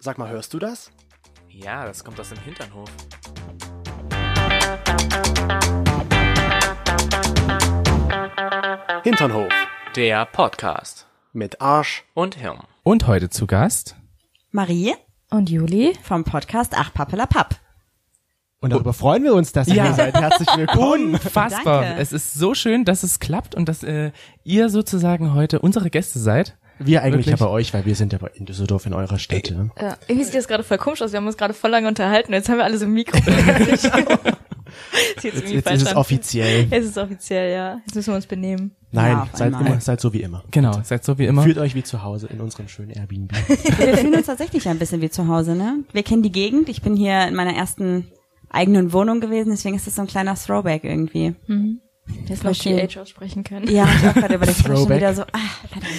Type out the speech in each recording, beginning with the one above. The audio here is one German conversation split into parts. Sag mal, hörst du das? Ja, das kommt aus dem Hinternhof. Hinternhof Der Podcast mit Arsch. und Hirn. Und heute zu Gast. Marie Und Juli? vom Podcast Ach Pappelapapp. Und darüber freuen wir uns, dass ihr hier seid. Herzlich willkommen. Unfassbar. Danke. Es ist so schön, dass es klappt und dass äh, ihr sozusagen heute unsere Gäste seid. Wir eigentlich Wirklich? ja bei euch, weil wir sind ja bei- in Düsseldorf in eurer Stadt. ne? Ja. Ja, irgendwie sieht das gerade voll komisch aus. Wir haben uns gerade voll lange unterhalten. Jetzt haben wir alle so ein Mikro. Das sieht Jetzt, irgendwie jetzt falsch ist es an. offiziell. Jetzt ist es offiziell, ja. Jetzt müssen wir uns benehmen. Nein, Ja, auf seid, einmal. immer, seid so wie immer. Genau, seid so wie immer. Fühlt euch wie zu Hause in unserem schönen Airbnb. Wir fühlen uns tatsächlich ein bisschen wie zu Hause, ne? Wir kennen die Gegend. Ich bin hier in meiner ersten eigenen Wohnung gewesen, deswegen ist das so ein kleiner Throwback irgendwie. Hm. Jetzt Voll noch schön. TH aussprechen können. Ja, ich auch gerade überlegt, hab ich schon Throwback. wieder so, ah, verdammt.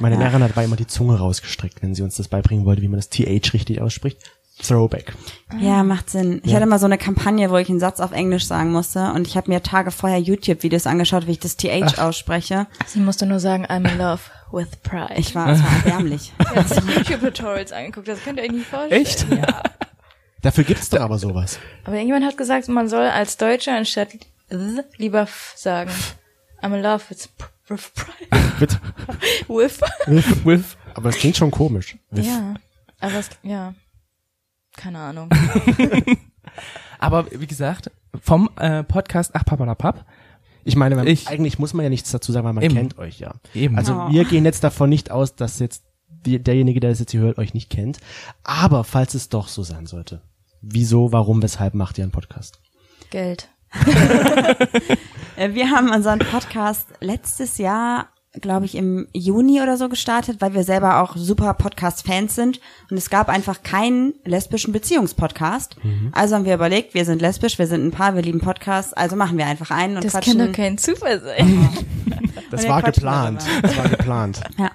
Meine Lehrerin hat dabei immer die Zunge rausgestreckt, wenn sie uns das beibringen wollte, wie man das TH richtig ausspricht. Throwback. Ja, Ah. macht Sinn. Ich hatte mal so eine Kampagne, wo ich einen Satz auf Englisch sagen musste und ich habe mir Tage vorher YouTube-Videos angeschaut, wie ich das TH ausspreche. Sie musste nur sagen, I'm in love with pride. Ich war, es war erbärmlich. Ich habe sich YouTube-Tutorials angeguckt. Das könnt ihr euch nicht vorstellen. Echt? Ja. Dafür gibt's doch aber sowas. Aber irgendjemand hat gesagt, man soll als Deutscher anstatt th lieber f sagen. I'm in love with, p- with pride. Bitte. with. Wolf. Aber das klingt schon komisch. Ja. Aber es, ja. Keine Ahnung. Aber wie gesagt, vom äh, Podcast Ach Papalapap. Ich meine, man, Ich- eigentlich muss man ja nichts dazu sagen, weil man Eben. kennt euch ja. Eben. Also Oh. wir gehen jetzt davon nicht aus, dass jetzt die, derjenige, der das jetzt hier hört, euch nicht kennt. Aber falls es doch so sein sollte, wieso, warum, weshalb macht ihr einen Podcast? Geld. Äh, Wir haben unseren Podcast letztes Jahr, glaube ich, im Juni oder so gestartet, weil wir selber auch super Podcast-Fans sind. Und es gab einfach keinen lesbischen Beziehungspodcast. Also haben wir überlegt, wir sind lesbisch, wir sind ein Paar, wir lieben Podcasts, also machen wir einfach einen und Das quatschen. kann doch kein Zufall sein. Das wir war quatschen geplant. Das war geplant. ja.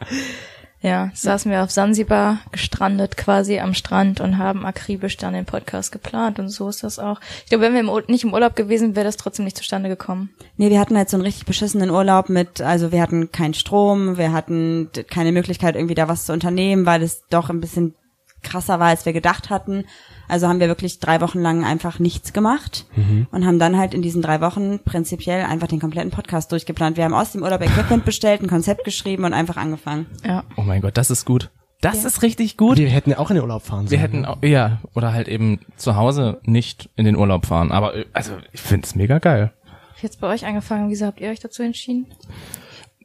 Ja, saßen wir auf Sansibar, gestrandet quasi am Strand und haben akribisch dann den Podcast geplant und so ist das auch. Ich glaube, wenn wir im Ur nicht im Urlaub gewesen, wäre das trotzdem nicht zustande gekommen. Nee, wir hatten halt so einen richtig beschissenen Urlaub mit, also wir hatten keinen Strom, wir hatten d- keine Möglichkeit irgendwie da was zu unternehmen, weil es doch ein bisschen krasser war, als wir gedacht hatten. Also haben wir wirklich drei Wochen lang einfach nichts gemacht und haben dann halt in diesen drei Wochen prinzipiell einfach den kompletten Podcast durchgeplant. Wir haben aus dem Urlaub Equipment bestellt, ein Konzept geschrieben und einfach angefangen. Ja. Oh mein Gott, das ist gut. Das ist richtig gut. Wir hätten ja auch in den Urlaub fahren sollen. ne? Wir hätten auch, ja, oder halt eben zu Hause nicht in den Urlaub fahren. Aber äh, also ich find's mega geil. Ich jetzt bei euch angefangen, wieso habt ihr euch dazu entschieden?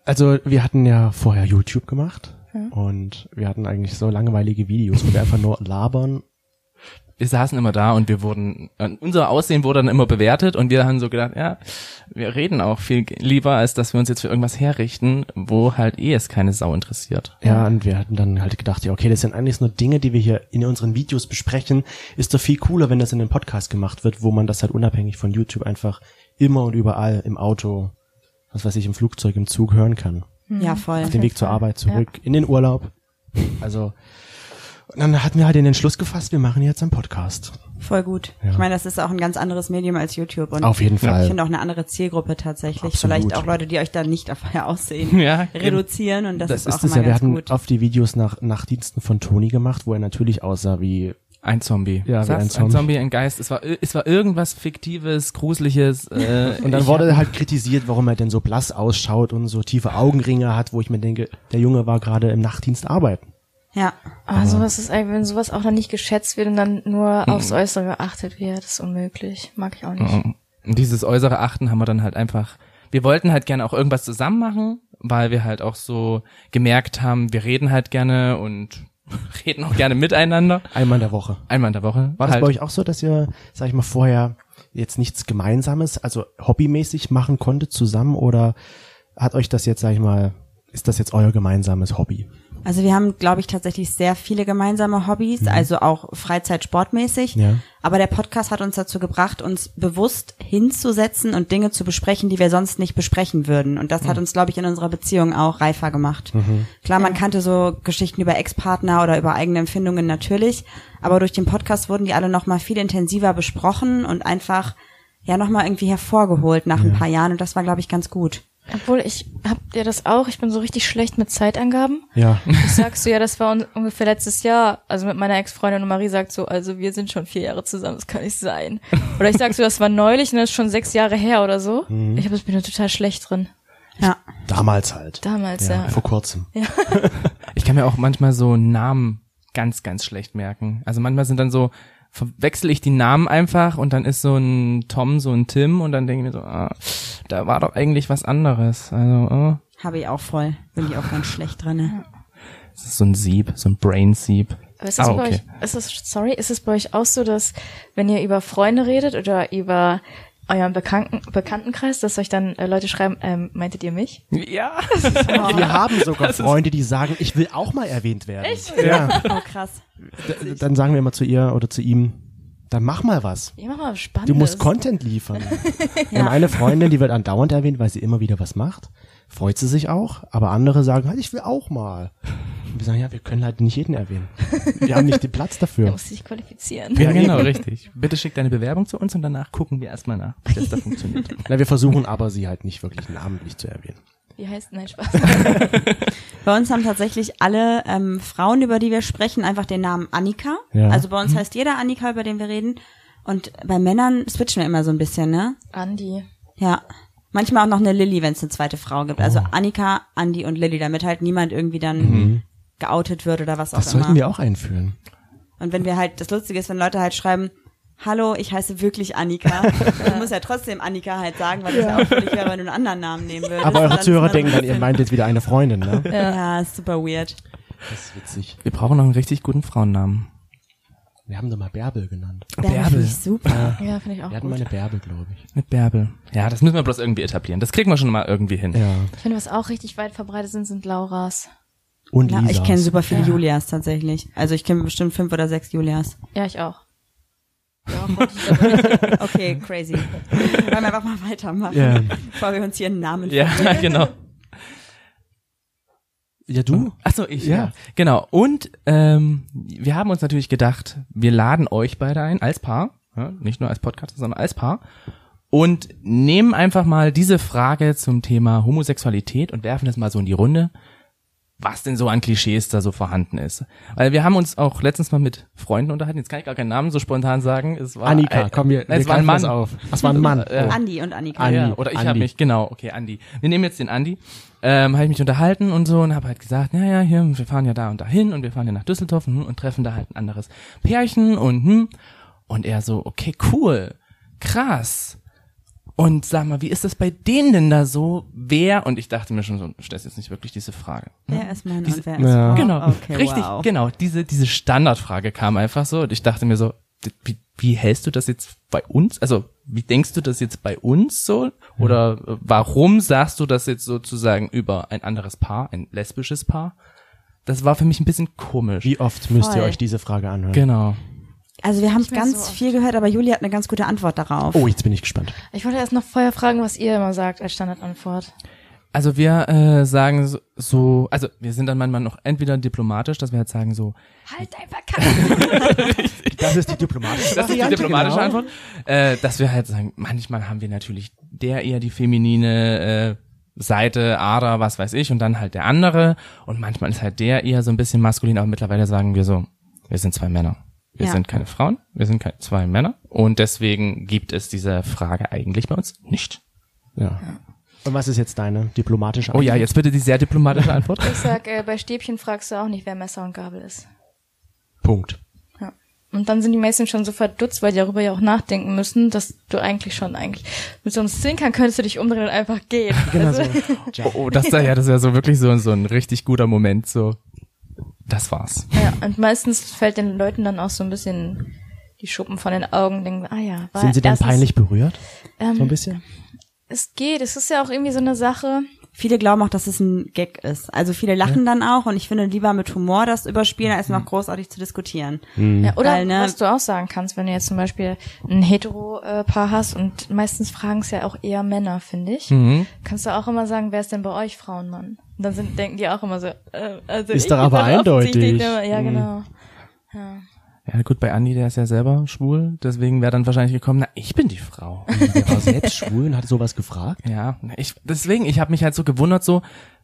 Also wir hatten ja vorher YouTube gemacht und wir hatten eigentlich so langweilige Videos, wo wir einfach nur labern. Wir saßen immer da und wir wurden, äh, unser Aussehen wurde dann immer bewertet und wir haben so gedacht, ja, wir reden auch viel ge- lieber, als dass wir uns jetzt für irgendwas herrichten, wo halt eh es keine Sau interessiert. Ja, und wir hatten dann halt gedacht, ja, okay, das sind eigentlich nur Dinge, die wir hier in unseren Videos besprechen. Ist doch viel cooler, wenn das in einem Podcast gemacht wird, wo man das halt unabhängig von YouTube einfach immer und überall im Auto, was weiß ich, im Flugzeug, im Zug hören kann. Ja, voll. Auf dem Weg zur Arbeit zurück, in den Urlaub. Also, und dann hatten wir halt den Entschluss gefasst, wir machen jetzt einen Podcast. Voll gut. Ja. Ich meine, das ist auch ein ganz anderes Medium als YouTube und Auf jeden Fall. ich finde auch eine andere Zielgruppe tatsächlich. Absolut. genau. Vielleicht auch Leute, die euch dann nicht auf euer Aussehen Ja, eben. reduzieren und das, Das, ist auch ist es immer ja, wir ganz hatten gut. oft die Videos nach, nach Diensten von Toni gemacht, wo er natürlich aussah wie, Ein Zombie. Ja, wie Saß ein ein Zombie. Zombie. Ein Geist. Es war, ir- es war irgendwas Fiktives, Gruseliges. Äh, und dann ich- wurde halt kritisiert, warum er denn so blass ausschaut und so tiefe Augenringe hat, wo ich mir denke, der Junge war gerade im Nachtdienst arbeiten. Ja. Ah, sowas Mhm. ist eigentlich, wenn sowas auch dann nicht geschätzt wird und dann nur aufs Äußere geachtet wird, ist unmöglich. Mag ich auch nicht. Und dieses äußere Achten haben wir dann halt einfach. Wir wollten halt gerne auch irgendwas zusammen machen, weil wir halt auch so gemerkt haben, wir reden halt gerne und reden auch gerne miteinander. Einmal in der Woche. Einmal in der Woche. War das halt. bei euch auch so, dass ihr, sag ich mal, vorher jetzt nichts Gemeinsames, also hobbymäßig machen konntet zusammen oder hat euch das jetzt, sag ich mal, ist das jetzt euer gemeinsames Hobby? Also wir haben, glaube ich, tatsächlich sehr viele gemeinsame Hobbys, also auch Freizeit-Sportmäßig. Ja. Aber der Podcast hat uns dazu gebracht, uns bewusst hinzusetzen und Dinge zu besprechen, die wir sonst nicht besprechen würden. Und das hat uns, glaube ich, in unserer Beziehung auch reifer gemacht. Klar, man kannte so Geschichten über Ex-Partner oder über eigene Empfindungen natürlich, aber durch den Podcast wurden die alle noch mal viel intensiver besprochen und einfach ja noch mal irgendwie hervorgeholt nach ein paar Jahren. Und das war, glaube ich, ganz gut. Obwohl, ich habt ihr das auch? Ich bin so richtig schlecht mit Zeitangaben. Ja. Ich sag so, ja, das war un ungefähr letztes Jahr. Also mit meiner Ex-Freundin und Marie sagt so, also wir sind schon vier Jahre zusammen, das kann nicht sein. Oder ich sag so, das war neulich und das ist schon sechs Jahre her oder so. Mhm. Ich hab, das bin da total schlecht drin. Ja. Damals halt. Damals, ja. Vor kurzem. Ich kann mir auch manchmal so Namen ganz, ganz schlecht merken. Also manchmal sind dann so, verwechsel ich die Namen einfach und dann ist so ein Tom, so ein Tim und dann denke ich mir so, ah, da war doch eigentlich was anderes. Also, oh, Habe ich auch voll. Bin ich auch ganz schlecht drin. das ist so ein Sieb, so ein Brain-Sieb. Ah, Aber ist das Ah, bei euch, ist das, sorry, ist es bei euch auch so, dass wenn ihr über Freunde redet oder über euren Bekannten, Bekanntenkreis, dass euch dann äh, Leute schreiben, ähm, meintet ihr mich? Hm. Ja. Wir haben sogar Freunde, die sagen, ich will auch mal erwähnt werden. Echt? Ja. Oh, krass. D- Dann sagen wir immer zu ihr oder zu ihm, dann mach mal was. Ihr macht mal was Spannendes. Du musst Content liefern. Und eine Freundin, die wird andauernd erwähnt, weil sie immer wieder was macht, freut sie sich auch, aber andere sagen halt, ich will auch mal. Und wir sagen, ja, wir können halt nicht jeden erwähnen. Wir haben nicht den Platz Du dafür. musst dich qualifizieren. Ja, genau, richtig. Bitte schick deine Bewerbung zu uns und danach gucken wir erstmal nach, wie das da funktioniert. Na, wir versuchen aber, sie halt nicht wirklich namentlich zu erwähnen. Wie heißt, nein, Spaß. Bei uns haben tatsächlich alle ähm, Frauen, über die wir sprechen, einfach den Namen Annika. Ja. Mhm. Also bei uns heißt jeder Annika, über den wir reden. Und bei Männern switchen wir immer so ein bisschen, ne? Andi. Ja. Manchmal auch noch eine Lilly, wenn es eine zweite Frau gibt. Oh. Also Annika, Andi und Lilly, damit halt niemand irgendwie dann geoutet wird oder was Mhm. Das auch sollten immer. wir auch einführen. Und wenn wir halt, das Lustige ist, wenn Leute halt schreiben, Hallo, ich heiße wirklich Annika. du musst ja trotzdem Annika halt sagen, weil das ja auch völlig wäre, wenn du einen anderen Namen nehmen würdest. Aber Und dann eure ist Zuhörer man so denken dann, ihr ein meint jetzt wieder eine Freundin, ne? bisschen- Ja, ist super weird. Das ist witzig. Wir brauchen noch einen richtig guten Frauennamen. Wir haben doch mal Bärbel genannt. Bärbel. Bärbel. finde ich super. Ja, finde ich auch Ah. Wir hatten gut. mal eine Bärbel, glaube ich. Mit Bärbel. Ja, das müssen wir bloß irgendwie etablieren. Das kriegen wir schon mal irgendwie hin. Ja. Ich finde, was auch richtig weit verbreitet sind, sind Lauras. Und Ja, Lisa. ich kenne super viele Julias tatsächlich. Also ich kenne bestimmt fünf oder sechs Julias. Ja, ich auch. Ja, Okay, crazy. Wollen wir einfach mal weitermachen, Ja. bevor wir uns hier einen Namen Ja, genau. Ja, du? Achso, ich. Ja. Ja. Genau. Und ähm, wir haben uns natürlich gedacht, wir laden euch beide ein, als Paar, ja, nicht nur als Podcaster, sondern als Paar. Und nehmen einfach mal diese Frage zum Thema Homosexualität und werfen das mal so in die Runde, was denn so an Klischees da so vorhanden ist. Weil wir haben uns auch letztens mal mit Freunden unterhalten, jetzt kann ich gar keinen Namen so spontan sagen. Es war Annika, ein- komm, wir, äh, Nein, wir es war ein greifen das Mann. auf. Das war ein Mann. Ja. Oh. Andi und Annika. Andi. Ja, oder ich habe Andi. mich, genau, okay, Andi. Wir nehmen jetzt den Andi. Ähm, habe ich mich unterhalten und so und habe halt gesagt, naja, hier, wir fahren ja da und dahin und wir fahren ja nach Düsseldorf hm, und treffen da halt ein anderes Pärchen und hm. Und er so, okay, cool, krass. Und sag mal, wie ist das bei denen denn da so? Wer? Und ich dachte mir schon so, du stellst jetzt nicht wirklich diese Frage. Wer ist Mann Diese- und wer ist Ja. Frau? Genau, Okay, richtig, wow. genau. Diese, diese Standardfrage kam einfach so und ich dachte mir so, wie, wie hältst du das jetzt bei uns? Also, wie denkst du das jetzt bei uns so? Oder äh, warum sagst du das jetzt sozusagen über ein anderes Paar, ein lesbisches Paar? Das war für mich ein bisschen komisch. Wie oft müsst ihr Voll. euch diese Frage anhören? Genau. Also wir haben Ich weiß ganz so oft. viel gehört, aber Julia hat eine ganz gute Antwort darauf. Oh, jetzt bin ich gespannt. Ich wollte erst noch vorher fragen, was ihr immer sagt als Standardantwort. Also wir äh, sagen so- so, also wir sind dann manchmal noch entweder diplomatisch, dass wir halt sagen so, Halt einfach Kacke. Das ist die diplomatische Das ist die diplomatische Antwort. Äh, dass wir halt sagen, manchmal haben wir natürlich der eher die feminine äh, Seite, Ader, was weiß ich, und dann halt der andere. Und manchmal ist halt der eher so ein bisschen maskulin, aber mittlerweile sagen wir so, wir sind zwei Männer. Wir Ja. sind keine Frauen, wir sind keine, zwei Männer. Und deswegen gibt es diese Frage eigentlich bei uns nicht. Ja. Und was ist jetzt deine diplomatische Oh Antwort? ja, jetzt bitte die sehr diplomatische Antwort. Ich sag, äh, bei Stäbchen fragst du auch nicht, wer Messer und Gabel ist. Punkt. Ja. Und dann sind die meisten schon so verdutzt, weil die darüber ja auch nachdenken müssen, dass du eigentlich schon eigentlich mit so einem Zinkern könntest du dich umdrehen und einfach gehen. Genau also, so. Oh, oh das, ja, das wäre so wirklich so, so ein richtig guter Moment. So, das war's. ja, und meistens fällt den Leuten dann auch so ein bisschen die Schuppen von den Augen, denken, ah ja, war Sind sie denn erstens- peinlich berührt? Ähm, So ein bisschen? Es geht, es ist ja auch irgendwie so eine Sache. Viele glauben auch, dass es ein Gag ist. Also viele lachen dann auch und ich finde lieber mit Humor das überspielen, als noch großartig zu diskutieren. Ja, oder Weil, ne- was du auch sagen kannst, wenn du jetzt zum Beispiel ein Hetero-Paar hast und meistens fragen es ja auch eher Männer, finde ich, Mhm. kannst du auch immer sagen, wer ist denn bei euch Frauenmann? Und dann sind, denken die auch immer so, äh, also Ist ich doch bin aber Mhm. offensichtlich eindeutig. der- Ja, Mhm. genau. Ja, gut, bei Andi, der ist ja selber schwul, deswegen wäre dann wahrscheinlich gekommen, na, ich bin die Frau. Der war selbst schwul und hat sowas gefragt. Ja, na, ich, deswegen, ich habe mich halt so gewundert, so,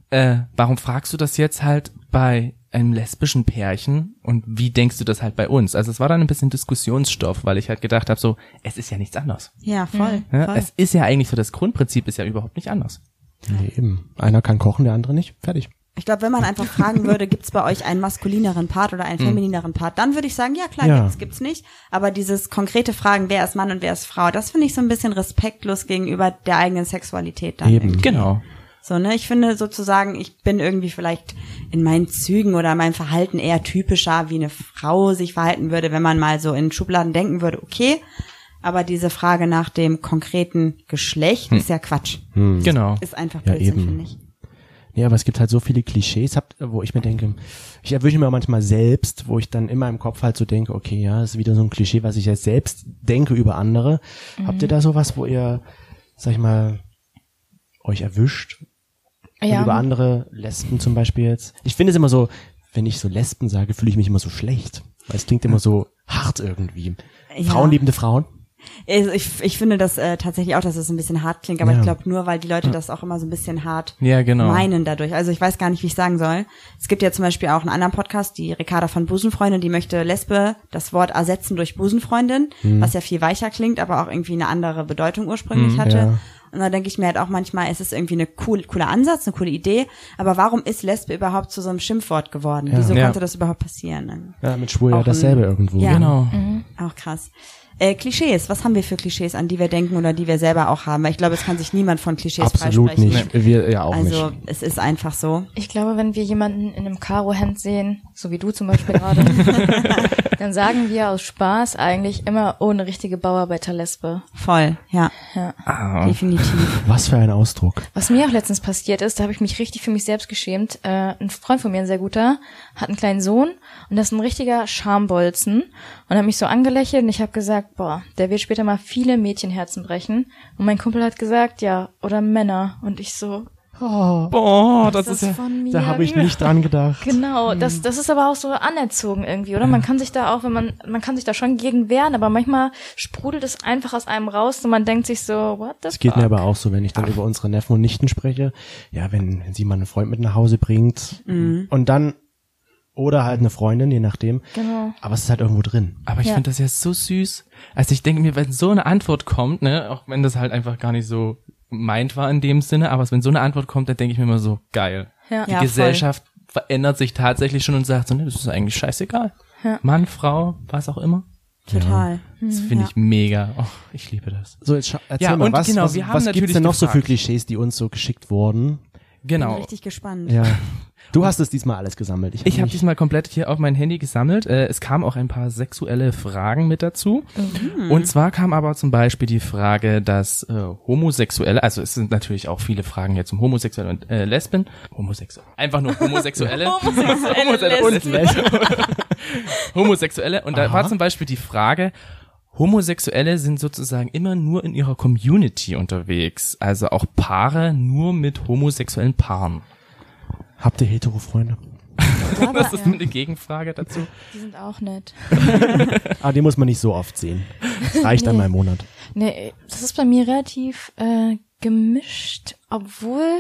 äh, warum fragst du das jetzt halt bei einem lesbischen Pärchen und wie denkst du das halt bei uns? Also es war dann ein bisschen Diskussionsstoff, weil ich halt gedacht habe, so, es ist ja nichts anders. Ja, voll. Ne? voll. Es ist ja eigentlich so, das Grundprinzip ist ja überhaupt nicht anders. Nee, eben. Einer kann kochen, der andere nicht. Fertig. Ich glaube, wenn man einfach fragen würde, gibt's bei euch einen maskulineren Part oder einen feminineren Part, dann würde ich sagen, ja klar, Hm. Ja. gibt's, gibt's nicht. Aber dieses konkrete Fragen, wer ist Mann und wer ist Frau, das finde ich so ein bisschen respektlos gegenüber der eigenen Sexualität dann. Eben. irgendwie. Genau. So, ne? Ich finde sozusagen, ich bin irgendwie vielleicht in meinen Zügen oder meinem Verhalten eher typischer, wie eine Frau sich verhalten würde, wenn man mal so in Schubladen denken würde, okay. Aber diese Frage nach dem konkreten Geschlecht ist ja Quatsch. Genau. Ist einfach Hm. Ja, Blödsinn, eben. finde ich. Ja, aber es gibt halt so viele Klischees, hab- wo ich mir denke, ich erwische mir manchmal selbst, wo ich dann in meinem Kopf halt so denke, okay, ja, ist wieder so ein Klischee, was ich jetzt selbst denke über andere. Habt ihr da sowas, wo ihr, sag ich mal, euch erwischt? Und über Ja. andere Lesben zum Beispiel jetzt? Ich finde es immer so, wenn ich so Lesben sage, fühle ich mich immer so schlecht. Weil es klingt immer so hart irgendwie. Ja. Frauenliebende Frauen? Also Ich, ich finde das äh, tatsächlich auch, dass es ein bisschen hart klingt, aber Ja. ich glaube nur, weil die Leute das auch immer so ein bisschen hart Ja, genau. meinen dadurch. Also ich weiß gar nicht, wie ich sagen soll. Es gibt ja zum Beispiel auch einen anderen Podcast, die Ricarda von Busenfreundin, die möchte Lesbe das Wort ersetzen durch Busenfreundin, Mhm. was ja viel weicher klingt, aber auch irgendwie eine andere Bedeutung ursprünglich hatte. ja. Und da denke ich mir halt auch manchmal, es ist irgendwie eine cool, cooler Ansatz, eine coole Idee, aber warum ist Lesbe überhaupt zu so einem Schimpfwort geworden? Wieso Ja. konnte das überhaupt passieren? Ja, mit Schwul ja Auch ein- dasselbe irgendwo. Ja. Genau. Auch Hm. krass. Äh, Klischees, was haben wir für Klischees, an die wir denken oder die wir selber auch haben? Weil ich glaube, es kann sich niemand von Klischees Absolut freisprechen. nicht. Wir ja auch Also nicht. es ist einfach so. Ich glaube, wenn wir jemanden in einem Karo-Hemd sehen, so wie du zum Beispiel gerade, dann sagen wir aus Spaß eigentlich immer ohne richtige Bauarbeiterlesbe. Voll, ja, Ah, definitiv. Was für ein Ausdruck. Was mir auch letztens passiert ist, da habe ich mich richtig für mich selbst geschämt. Äh, ein Freund von mir, ein sehr guter, hat einen kleinen Sohn und das ist ein richtiger Schambolzen und hat mich so angelächelt und ich habe gesagt, boah, der wird später mal viele Mädchenherzen brechen. Und mein Kumpel hat gesagt, ja, oder Männer. Und ich so, boah, Oh, das, das ist ja... ist von mir. Da habe ich nicht Hm. dran gedacht. Genau, das, das ist aber auch so anerzogen irgendwie, oder? Man kann sich da auch, wenn man, man kann sich da schon gegen wehren, aber manchmal sprudelt es einfach aus einem raus und man denkt sich so, what the Das geht mir fuck? aber auch so, wenn ich dann über unsere Neffen und Nichten spreche. Ja, wenn, wenn sie mal einen Freund mit nach Hause bringt Mhm. und dann oder halt eine Freundin, je nachdem. Genau. Aber es ist halt irgendwo drin. Aber ich Ja. finde das ja so süß. Also ich denke mir, wenn so eine Antwort kommt, ne, auch wenn das halt einfach gar nicht so meint war in dem Sinne, aber wenn so eine Antwort kommt, dann denke ich mir immer so, geil. Ja. Die Ja, voll. Gesellschaft verändert sich tatsächlich schon und sagt so, ne, das ist eigentlich scheißegal. Mann, Frau, was auch immer. Total. Genau. Hm. Mhm, Das finde ich mega. Oh, ich liebe das. So, jetzt scha- erzähl Ja, mal, und was, genau, was, wir haben was gibt's natürlich denn noch so für gefragt. Klischees, die uns so geschickt wurden? Bin Genau. richtig gespannt. Ja. Du hast es diesmal alles gesammelt. Ich, hab Ich habe nicht- diesmal komplett hier auf mein Handy gesammelt. Äh, es kamen auch ein paar sexuelle Fragen mit dazu. Und zwar kam aber zum Beispiel die Frage, dass äh, Homosexuelle, also es sind natürlich auch viele Fragen jetzt um Homosexuelle und äh, Lesben, Homosexuelle, einfach nur Homosexuelle, Homosexuelle und Lesben. Homosexuelle. Und da war zum Beispiel die Frage, Homosexuelle sind sozusagen immer nur in ihrer Community unterwegs, also auch Paare nur mit homosexuellen Paaren. Habt ihr hetero Freunde? Das ist eine Gegenfrage dazu. Die sind auch nett. Ah, den muss man nicht so oft sehen. Das reicht einmal im Monat. Nee, das ist bei mir relativ äh, gemischt, obwohl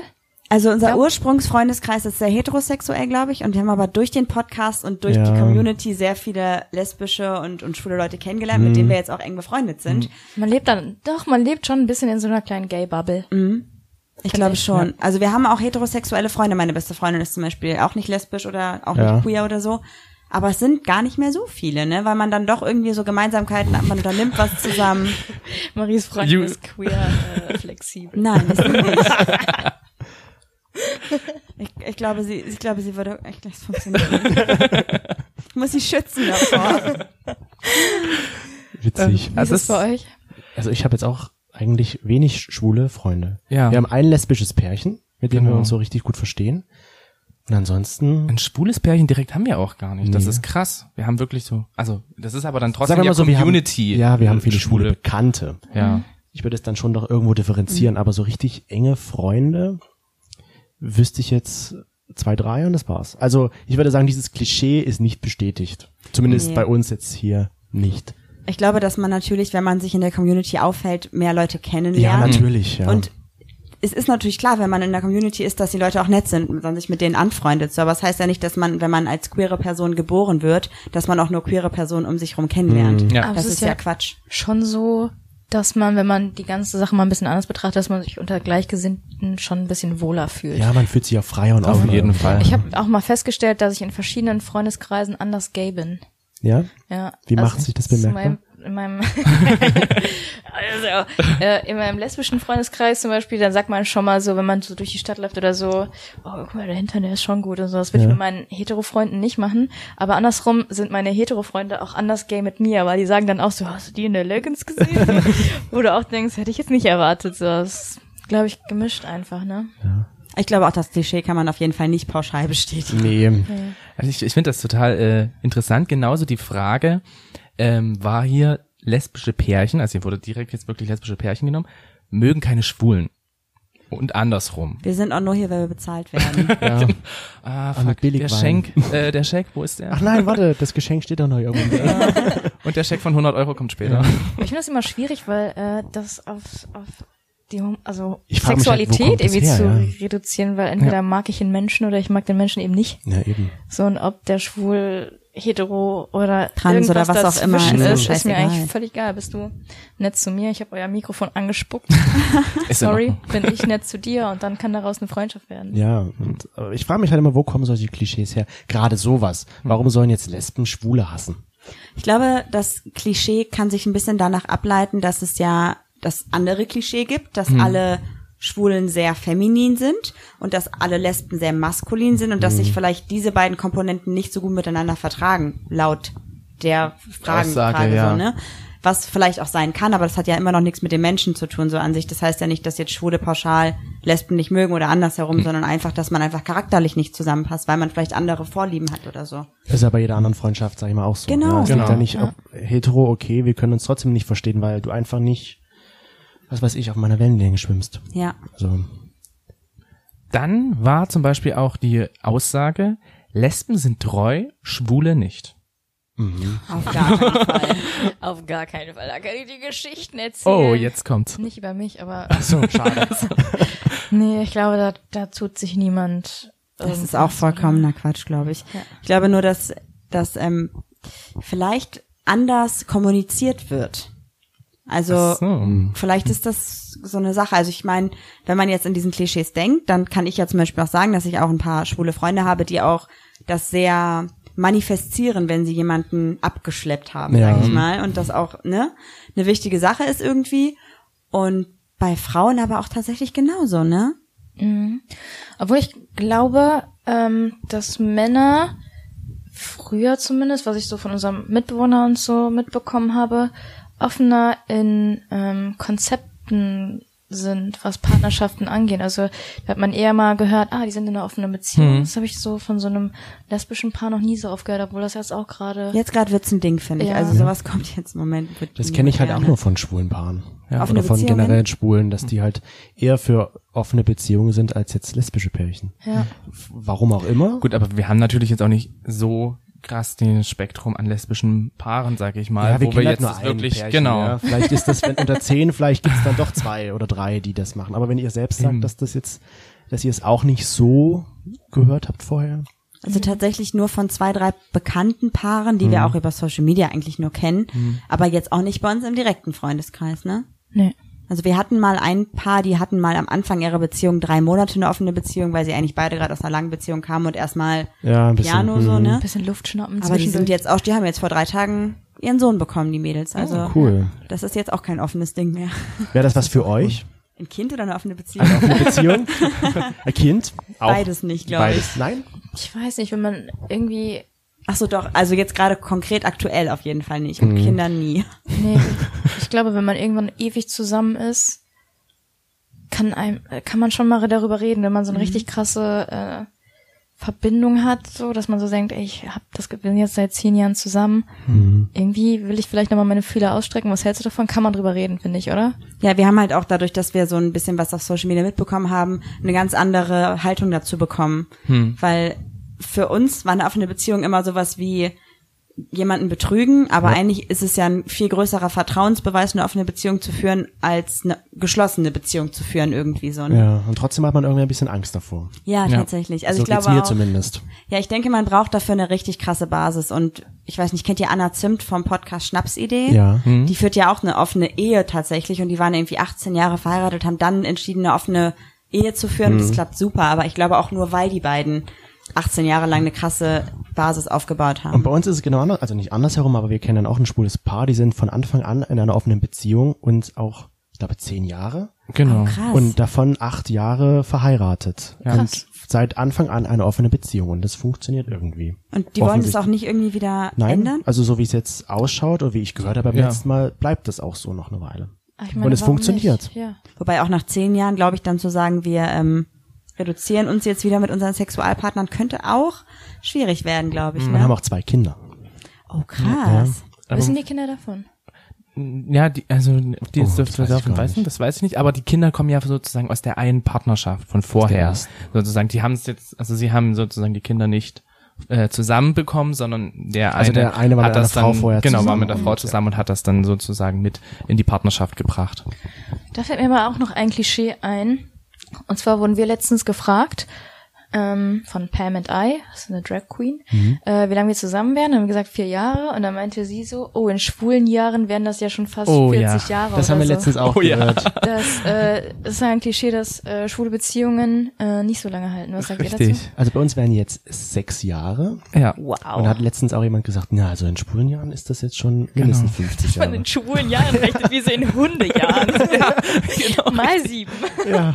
Also unser Ja. Ursprungsfreundeskreis ist sehr heterosexuell, glaube ich, und wir haben aber durch den Podcast und durch Ja. die Community sehr viele lesbische und, und schwule Leute kennengelernt, Mhm. mit denen wir jetzt auch eng befreundet sind. man lebt dann, doch, man lebt schon ein bisschen in so einer kleinen Gay-Bubble. Ich glaube schon. Also wir haben auch heterosexuelle Freunde. Meine beste Freundin ist zum Beispiel auch nicht lesbisch oder auch Ja. nicht queer oder so. Aber es sind gar nicht mehr so viele, ne? Weil man dann doch irgendwie so Gemeinsamkeiten hat, man unternimmt was zusammen. Maries Freund You- ist queer, äh, flexibel. Nein, das sind nicht. Ich, ich glaube, sie, ich glaube, sie würde echt gleich funktionieren. Ich muss sie schützen davor. Witzig. Was Also ist es- bei euch? Also ich habe jetzt auch eigentlich wenig schwule Freunde. Ja. Wir haben ein lesbisches Pärchen, mit dem wir Genau. uns so richtig gut verstehen. Und ansonsten, Ein schwules Pärchen direkt haben wir auch gar nicht. Das Nee. ist krass. Wir haben wirklich so, also das ist aber dann trotzdem sagen wir mal ja so, wir haben, Community. ja, wir haben viele schwule, Mhm. Schwule. Bekannte. Ja. Ich würde es dann schon noch irgendwo differenzieren, aber so richtig enge Freunde wüsste ich jetzt zwei, drei und das war's. Also ich würde sagen, dieses Klischee ist nicht bestätigt. Zumindest Nee. bei uns jetzt hier nicht. Ich glaube, dass man natürlich, wenn man sich in der Community aufhält, mehr Leute Ja, kennenlernt. natürlich. Ja. Und es ist natürlich klar, wenn man in der Community ist, dass die Leute auch nett sind und man sich mit denen anfreundet. So, aber es das heißt ja nicht, dass man, wenn man als queere Person geboren wird, dass man auch nur queere Personen um sich herum kennenlernt. Ja. Aber Das es ist ist ja, ja- Quatsch. schon so, dass man, wenn man die ganze Sache mal ein bisschen anders betrachtet, dass man sich unter Gleichgesinnten schon ein bisschen wohler fühlt. ja, man fühlt sich ja freier und Auf offener. jeden Fall. Ich habe auch mal festgestellt, dass ich in verschiedenen Freundeskreisen anders gay bin. Ja? Ja, Wie macht sich das zu bemerkbar? Meinem, in meinem, also, äh, in meinem lesbischen Freundeskreis zum Beispiel, dann sagt man schon mal so, wenn man so durch die Stadt läuft oder so, oh, guck mal, der Hintern, der ist schon gut und so. Das würde Ja. ich mit meinen Hetero-Freunden nicht machen. Aber andersrum sind meine Hetero-Freunde auch anders gay mit mir, weil die sagen dann auch so, hast du die in der Leggings gesehen? Wo du auch denkst, hätte ich jetzt nicht erwartet. So, das ist, glaube ich, gemischt einfach, ne? Ich glaube auch, das Klischee kann man auf jeden Fall nicht pauschal bestätigen. Nee. Also ich, ich finde das total äh, interessant. Genauso die Frage, ähm, war hier lesbische Pärchen, also hier wurde direkt jetzt wirklich lesbische Pärchen genommen, mögen keine Schwulen. Und andersrum. Wir sind auch nur hier, weil wir bezahlt werden. Ja. Ah, mit der Billigwein. Schenk, äh, der Scheck, wo ist der? Ach nein, warte, das Geschenk steht doch noch irgendwo. Und der Scheck von 100 Euro kommt später. Ich finde das immer schwierig, weil äh, das auf, auf die Hom- also Ich frag mich halt, wo Sexualität kommt das irgendwie her, zu ja? reduzieren, weil entweder mag ich den Menschen oder ich mag den Menschen eben nicht. Ja, eben. So und ob der schwul, hetero oder Trans oder irgendwas was auch immer, dazwischen also ist, ist mir scheißegal. eigentlich völlig egal. Bist du nett zu mir? Ich habe euer Mikrofon angespuckt. Ist in Sorry, Ordnung. bin ich nett zu dir und dann kann daraus eine Freundschaft werden. Ja, und aber ich frage mich halt immer, wo kommen solche Klischees her? Gerade sowas. Warum sollen jetzt Lesben Schwule hassen? Ich glaube, das Klischee kann sich ein bisschen danach ableiten, dass es ja das andere Klischee gibt, dass Hm. alle Schwulen sehr feminin sind und dass alle Lesben sehr maskulin sind und dass Hm. sich vielleicht diese beiden Komponenten nicht so gut miteinander vertragen, laut der Fragen, Aussage, Frage ja. so, ne? Was vielleicht auch sein kann, aber das hat ja immer noch nichts mit den Menschen zu tun, so an sich. Das heißt ja nicht, dass jetzt Schwule pauschal Lesben nicht mögen oder andersherum, Hm. sondern einfach, dass man einfach charakterlich nicht zusammenpasst, weil man vielleicht andere Vorlieben hat oder so. Ist ja bei jeder anderen Freundschaft, sag ich mal, auch so. Genau. Ne? Es liegt Genau. ja nicht, ob hetero, okay, wir können uns trotzdem nicht verstehen, weil du einfach nicht, was weiß ich, auf meiner Wellenlänge schwimmst. Ja. Also, Dann war zum Beispiel auch die Aussage, Lesben sind treu, Schwule nicht. Auf gar keinen Fall. Auf gar keinen Fall. Da kann ich die Geschichten erzählen. Oh, jetzt kommt's. Nicht über mich, aber So, schade. nee, ich glaube, da, da tut sich niemand. Das ist irgendwas, auch oder? vollkommener Quatsch, glaube ich. Ich glaube nur, dass dass ähm, vielleicht anders kommuniziert wird. Also So. vielleicht ist das so eine Sache. Also ich meine, wenn man jetzt in diesen Klischees denkt, dann kann ich ja zum Beispiel auch sagen, dass ich auch ein paar schwule Freunde habe, die auch das sehr manifestieren, wenn sie jemanden abgeschleppt haben, Ja. sag ich mal. Und das auch ne, eine wichtige Sache ist irgendwie. Und bei Frauen aber auch tatsächlich genauso, ne? Obwohl ich glaube, ähm, dass Männer früher zumindest, was ich so von unserem Mitbewohner und so mitbekommen habe, offener in ähm, Konzepten sind, was Partnerschaften angehen. Also da hat man eher mal gehört, ah, die sind in einer offenen Beziehung. Mhm. Das habe ich so von so einem lesbischen Paar noch nie so oft gehört, obwohl das jetzt auch gerade. Jetzt gerade wird's ein Ding, finde ich. Ja. Also sowas kommt jetzt im Moment. wird das nie kenne ich halt auch gerne. nur von schwulen Paaren. Ja, Offene oder von Beziehungen? generell Schwulen, dass die halt eher für offene Beziehungen sind als jetzt lesbische Pärchen. Ja. Warum auch immer. Gut, aber wir haben natürlich jetzt auch nicht so krass den Spektrum an lesbischen Paaren, sage ich mal, wo wir kennen halt jetzt das ein wirklich Pärchen, genau. Ja. Vielleicht ist das, wenn unter zehn, vielleicht gibt's dann doch zwei oder drei, die das machen. Aber wenn ihr selbst sagt, dass das jetzt, dass ihr es auch nicht so gehört habt vorher. Also tatsächlich nur von zwei, drei bekannten Paaren, die Mhm. wir auch über Social Media eigentlich nur kennen, aber jetzt auch nicht bei uns im direkten Freundeskreis, ne? Nee. Also wir hatten mal ein Paar, die hatten mal am Anfang ihrer Beziehung drei Monate eine offene Beziehung, weil sie eigentlich beide gerade aus einer langen Beziehung kamen und erstmal Ja, ein bisschen, Piano so, mhm. ne? Bisschen Luft schnappen. Aber die zwischendurch. sind jetzt auch, die haben jetzt vor drei Tagen ihren Sohn bekommen, die Oh. Mädels. Also Cool. das ist jetzt auch kein offenes Ding mehr. Wäre das was für euch? Ein Kind oder eine offene Beziehung? Eine offene Beziehung? Ein Kind? Auch Beides nicht, glaube ich. Beides. Nein? Ich weiß nicht, wenn man irgendwie Ach so, doch. Also jetzt gerade konkret aktuell auf jeden Fall nicht. Mhm. Mit Kindern nie. Nee, ich glaube, wenn man irgendwann ewig zusammen ist, Mhm. kann einem, äh, kann man schon mal darüber reden, wenn man so eine richtig krasse äh, Verbindung hat, so, dass man so denkt, ey, ich hab das, wir sind jetzt seit zehn Jahren zusammen. Mhm. Irgendwie will ich vielleicht nochmal meine Fühler ausstrecken. Was hältst du davon? Kann man drüber reden, finde ich, oder? Ja, wir haben halt auch dadurch, dass wir so ein bisschen was auf Social Media mitbekommen haben, eine ganz andere Haltung dazu bekommen. Hm. Weil für uns war eine offene Beziehung immer sowas wie jemanden betrügen, aber eigentlich ist es ja ein viel größerer Vertrauensbeweis, eine offene Beziehung zu führen, als eine geschlossene Beziehung zu führen irgendwie so. Ne? Ja, und trotzdem hat man irgendwie ein bisschen Angst davor. Ja, Ja. tatsächlich. Also so ich glaube geht's mir auch, zumindest. ja, ich denke, man braucht dafür eine richtig krasse Basis und ich weiß nicht, kennt ihr Anna Zimt vom Podcast Schnapsidee? Ja. Die führt ja auch eine offene Ehe tatsächlich und die waren irgendwie 18 Jahre verheiratet, haben dann entschieden, eine offene Ehe zu führen. Mhm. Das klappt super, aber ich glaube auch nur, weil die beiden 18 Jahre lang eine krasse Basis aufgebaut Und haben. bei uns ist es genau anders, also nicht andersherum, aber wir kennen dann auch ein schwules Paar, die sind von Anfang an in einer offenen Beziehung und auch, ich glaube, zehn Jahre Genau. Oh, Krass. und davon acht Jahre verheiratet. Ja. Und seit Anfang an eine offene Beziehung und das funktioniert irgendwie. Und die wollen Offensichtlich. das auch nicht irgendwie wieder Nein, ändern? also so wie es jetzt ausschaut oder wie ich gehört habe beim Ja. letzten Mal, bleibt das auch so noch eine Weile. Ach, ich Und es warum funktioniert. Nicht? Ja. Wobei auch nach zehn Jahren, glaube ich, dann zu sagen, wir ähm, reduzieren uns jetzt wieder mit unseren Sexualpartnern, könnte auch schwierig werden, glaube ich. Wir Mhm, haben Ne? auch zwei Kinder. Oh, krass. Wissen die Kinder davon? Ja, die, also die Oh, das das dürfte weiß ich davon gar weiß nicht. das weiß ich nicht, aber die Kinder kommen ja sozusagen aus der einen Partnerschaft von der vorher. ersten. Sozusagen, die haben es jetzt, also sie haben sozusagen die Kinder nicht äh, zusammenbekommen, sondern der eine, Also der eine war hat mit das einer Frau dann, vorher genau, war zusammen mit der Frau und- zusammen und hat das dann sozusagen mit in die Partnerschaft gebracht. Da fällt mir mal auch noch ein Klischee ein. Und zwar wurden wir letztens gefragt ähm, von Pam and I, das ist eine Drag Queen, Mhm. äh, wie lange wir zusammen wären. Dann haben wir gesagt vier Jahre. Und dann meinte sie so, oh, in schwulen Jahren wären das ja schon fast Oh, 40 ja. Jahre. Das oder haben wir so. letztens auch Oh ja. gehört. Das äh, ist ein Klischee, dass äh, schwule Beziehungen äh, nicht so lange halten. Was sagt ihr dazu? Richtig. Also bei uns wären jetzt sechs Jahre. Ja. Und Wow. hat letztens auch jemand gesagt, na, also in schwulen Jahren ist das jetzt schon Genau. mindestens 50 Man Jahre. in schwulen Jahren rechnet wie sie in Hundejahren. ja, genau. Mal sieben. Ja,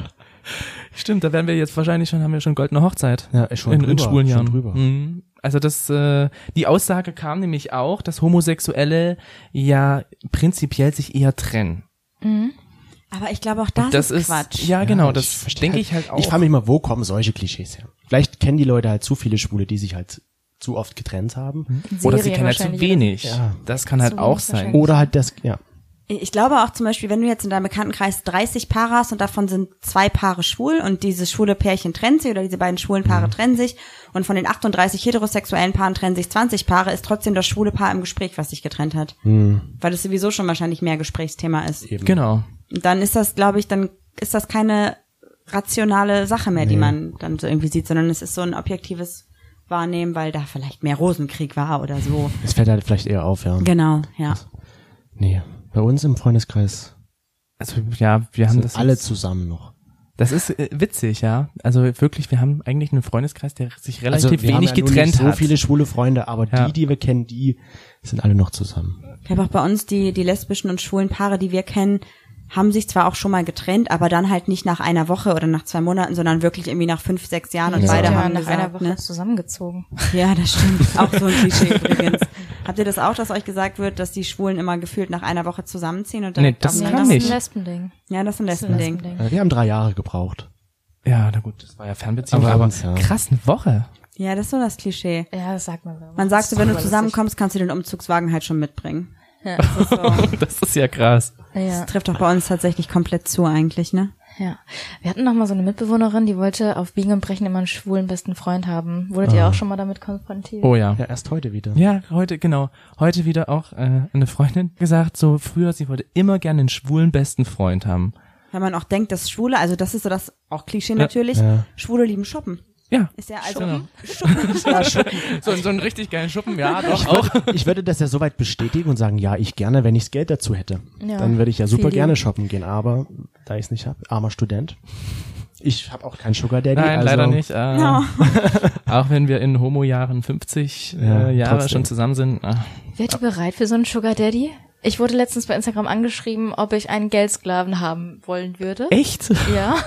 Stimmt, da werden wir jetzt wahrscheinlich schon, haben wir schon goldene Hochzeit. Ja, ist schon in, in drüber, schwulen schon Jahren. drüber. Mhm. Also das, äh, die Aussage kam nämlich auch, dass Homosexuelle ja prinzipiell sich eher trennen. Aber ich glaube auch das, das ist ist, Quatsch. ja genau, das verstehe denke ich halt auch. Ich frage mich mal, wo kommen solche Klischees her? Vielleicht kennen die Leute halt zu viele Schwule, die sich halt zu oft getrennt haben. Oder sie Serien kennen halt zu wahrscheinlich, wenig. Ja. Das kann halt Zu auch wenig sein. wahrscheinlich. Oder halt das, ja. Ich glaube auch zum Beispiel, wenn du jetzt in deinem Bekanntenkreis 30 Paare hast und davon sind zwei Paare schwul und dieses schwule Pärchen trennt sich oder diese beiden schwulen Mhm. Paare trennen sich und von den 38 heterosexuellen Paaren trennen sich 20 Paare, ist trotzdem das schwule Paar im Gespräch, was sich getrennt hat. Mhm. Weil es sowieso schon wahrscheinlich mehr Gesprächsthema ist. Genau. Und dann ist das, glaube ich, dann ist das keine rationale Sache mehr, die man dann so irgendwie sieht, sondern es ist so ein objektives Wahrnehmen, weil da vielleicht mehr Rosenkrieg war oder so. Es fällt halt vielleicht eher auf, ja. Genau, ja. Nee, bei uns im Freundeskreis Also ja, wir haben sind das alle jetzt- zusammen noch. Das ist äh, witzig, ja. Also wirklich, wir haben eigentlich einen Freundeskreis, der sich relativ Also wir haben wenig ja nun getrennt nicht so hat. viele schwule Freunde, aber Ja. die, die wir kennen, die sind alle noch zusammen. Ich habe auch bei uns die, die lesbischen und schwulen Paare, die wir kennen, haben sich zwar auch schon mal getrennt, aber dann halt nicht nach einer Woche oder nach zwei Monaten, sondern wirklich irgendwie nach fünf, sechs Jahren und Ja. beide Die waren haben nach gesagt, einer Woche ne? zusammengezogen. Ja, das stimmt. Auch so ein Klischee übrigens. Habt ihr das auch, dass euch gesagt wird, dass die Schwulen immer gefühlt nach einer Woche zusammenziehen und dann Nee, das Kann Ja, das auseinander- ist nicht. ein Lesbending. Ja, das ist ein Das ist ein Lesben-Ding. Lesbending. Äh, Wir haben drei Jahre gebraucht. Ja, na gut, das war ja Fernbeziehung, Aber aber, uns, ja. krass, eine Woche. Ja, das ist so das Klischee. Ja, das sagt man so. Man sagt so, wenn du Super zusammenkommst, kannst du den Umzugswagen halt schon mitbringen. Ja. Das, ist so, Das ist ja krass. lustig. Ja. das trifft auch bei uns tatsächlich komplett zu eigentlich, ne? Ja. Wir hatten noch mal so eine Mitbewohnerin, die wollte auf Biegen und Brechen immer einen schwulen besten Freund haben. Wurdet Ah. ihr auch schon mal damit konfrontiert? Oh ja. Ja, erst heute wieder. Ja, heute, genau. Heute wieder auch äh, eine Freundin gesagt, so früher, sie wollte immer gerne einen schwulen besten Freund haben. Wenn man auch denkt, dass Schwule, also das ist so das, auch Klischee natürlich, Schwule lieben Shoppen. Ja. Ist ja also Genau. Schuppen. So, so einen richtig geilen Schuppen, ja, doch auch. Ich würde das ja soweit bestätigen und sagen, ja, ich gerne, wenn ichs Geld dazu hätte. Ja. Dann würde ich ja super Viel gerne Liebe. shoppen gehen, aber da ichs nicht hab, armer Student. Ich habe auch keinen Sugar Daddy. Nein, also, leider nicht. Äh, Ja. Auch wenn wir in Homo-Jahren 50 Ja, äh, Jahre trotzdem. schon zusammen sind. äh, Ach, Wärt ihr bereit für so einen Sugar Daddy? Ich wurde letztens bei Instagram angeschrieben, ob ich einen Geldsklaven haben wollen würde. echt? Ja.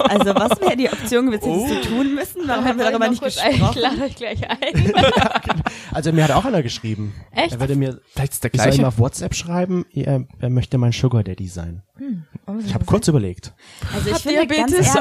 Also was wäre die Option gewesen, die sie tun müssen? Warum haben wir Soll ich darüber noch nicht kurz gesprochen? ein- Ich lade euch gleich ein. Also mir hat auch einer geschrieben. Echt? Er würde mir, Vielleicht ist der ich soll ihm gleiche. auf WhatsApp schreiben, er, er möchte mein Sugar Daddy sein. Hm, Warum ist Ich das habe kurz überlegt. Also Hab Diabetes,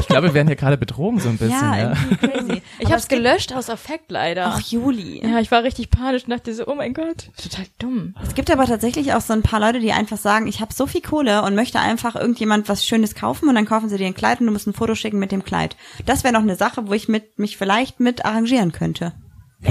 Ich glaube, wir werden hier gerade betrogen so ein bisschen. Ja, Ja, irgendwie crazy. Ich Aber hab's es gibt- gelöscht aus Affekt leider. Ach, Juli. ja, ich war richtig panisch und dachte so, oh mein Gott, total dumm. Es gibt aber tatsächlich auch so ein paar Leute, die einfach sagen, ich habe so viel Kohle und möchte einfach irgendjemand was Schönes kaufen und dann kaufen sie dir ein Kleid und du musst ein Foto schicken mit dem Kleid. Das wäre noch eine Sache, wo ich mit, mich vielleicht mit arrangieren könnte. Oh,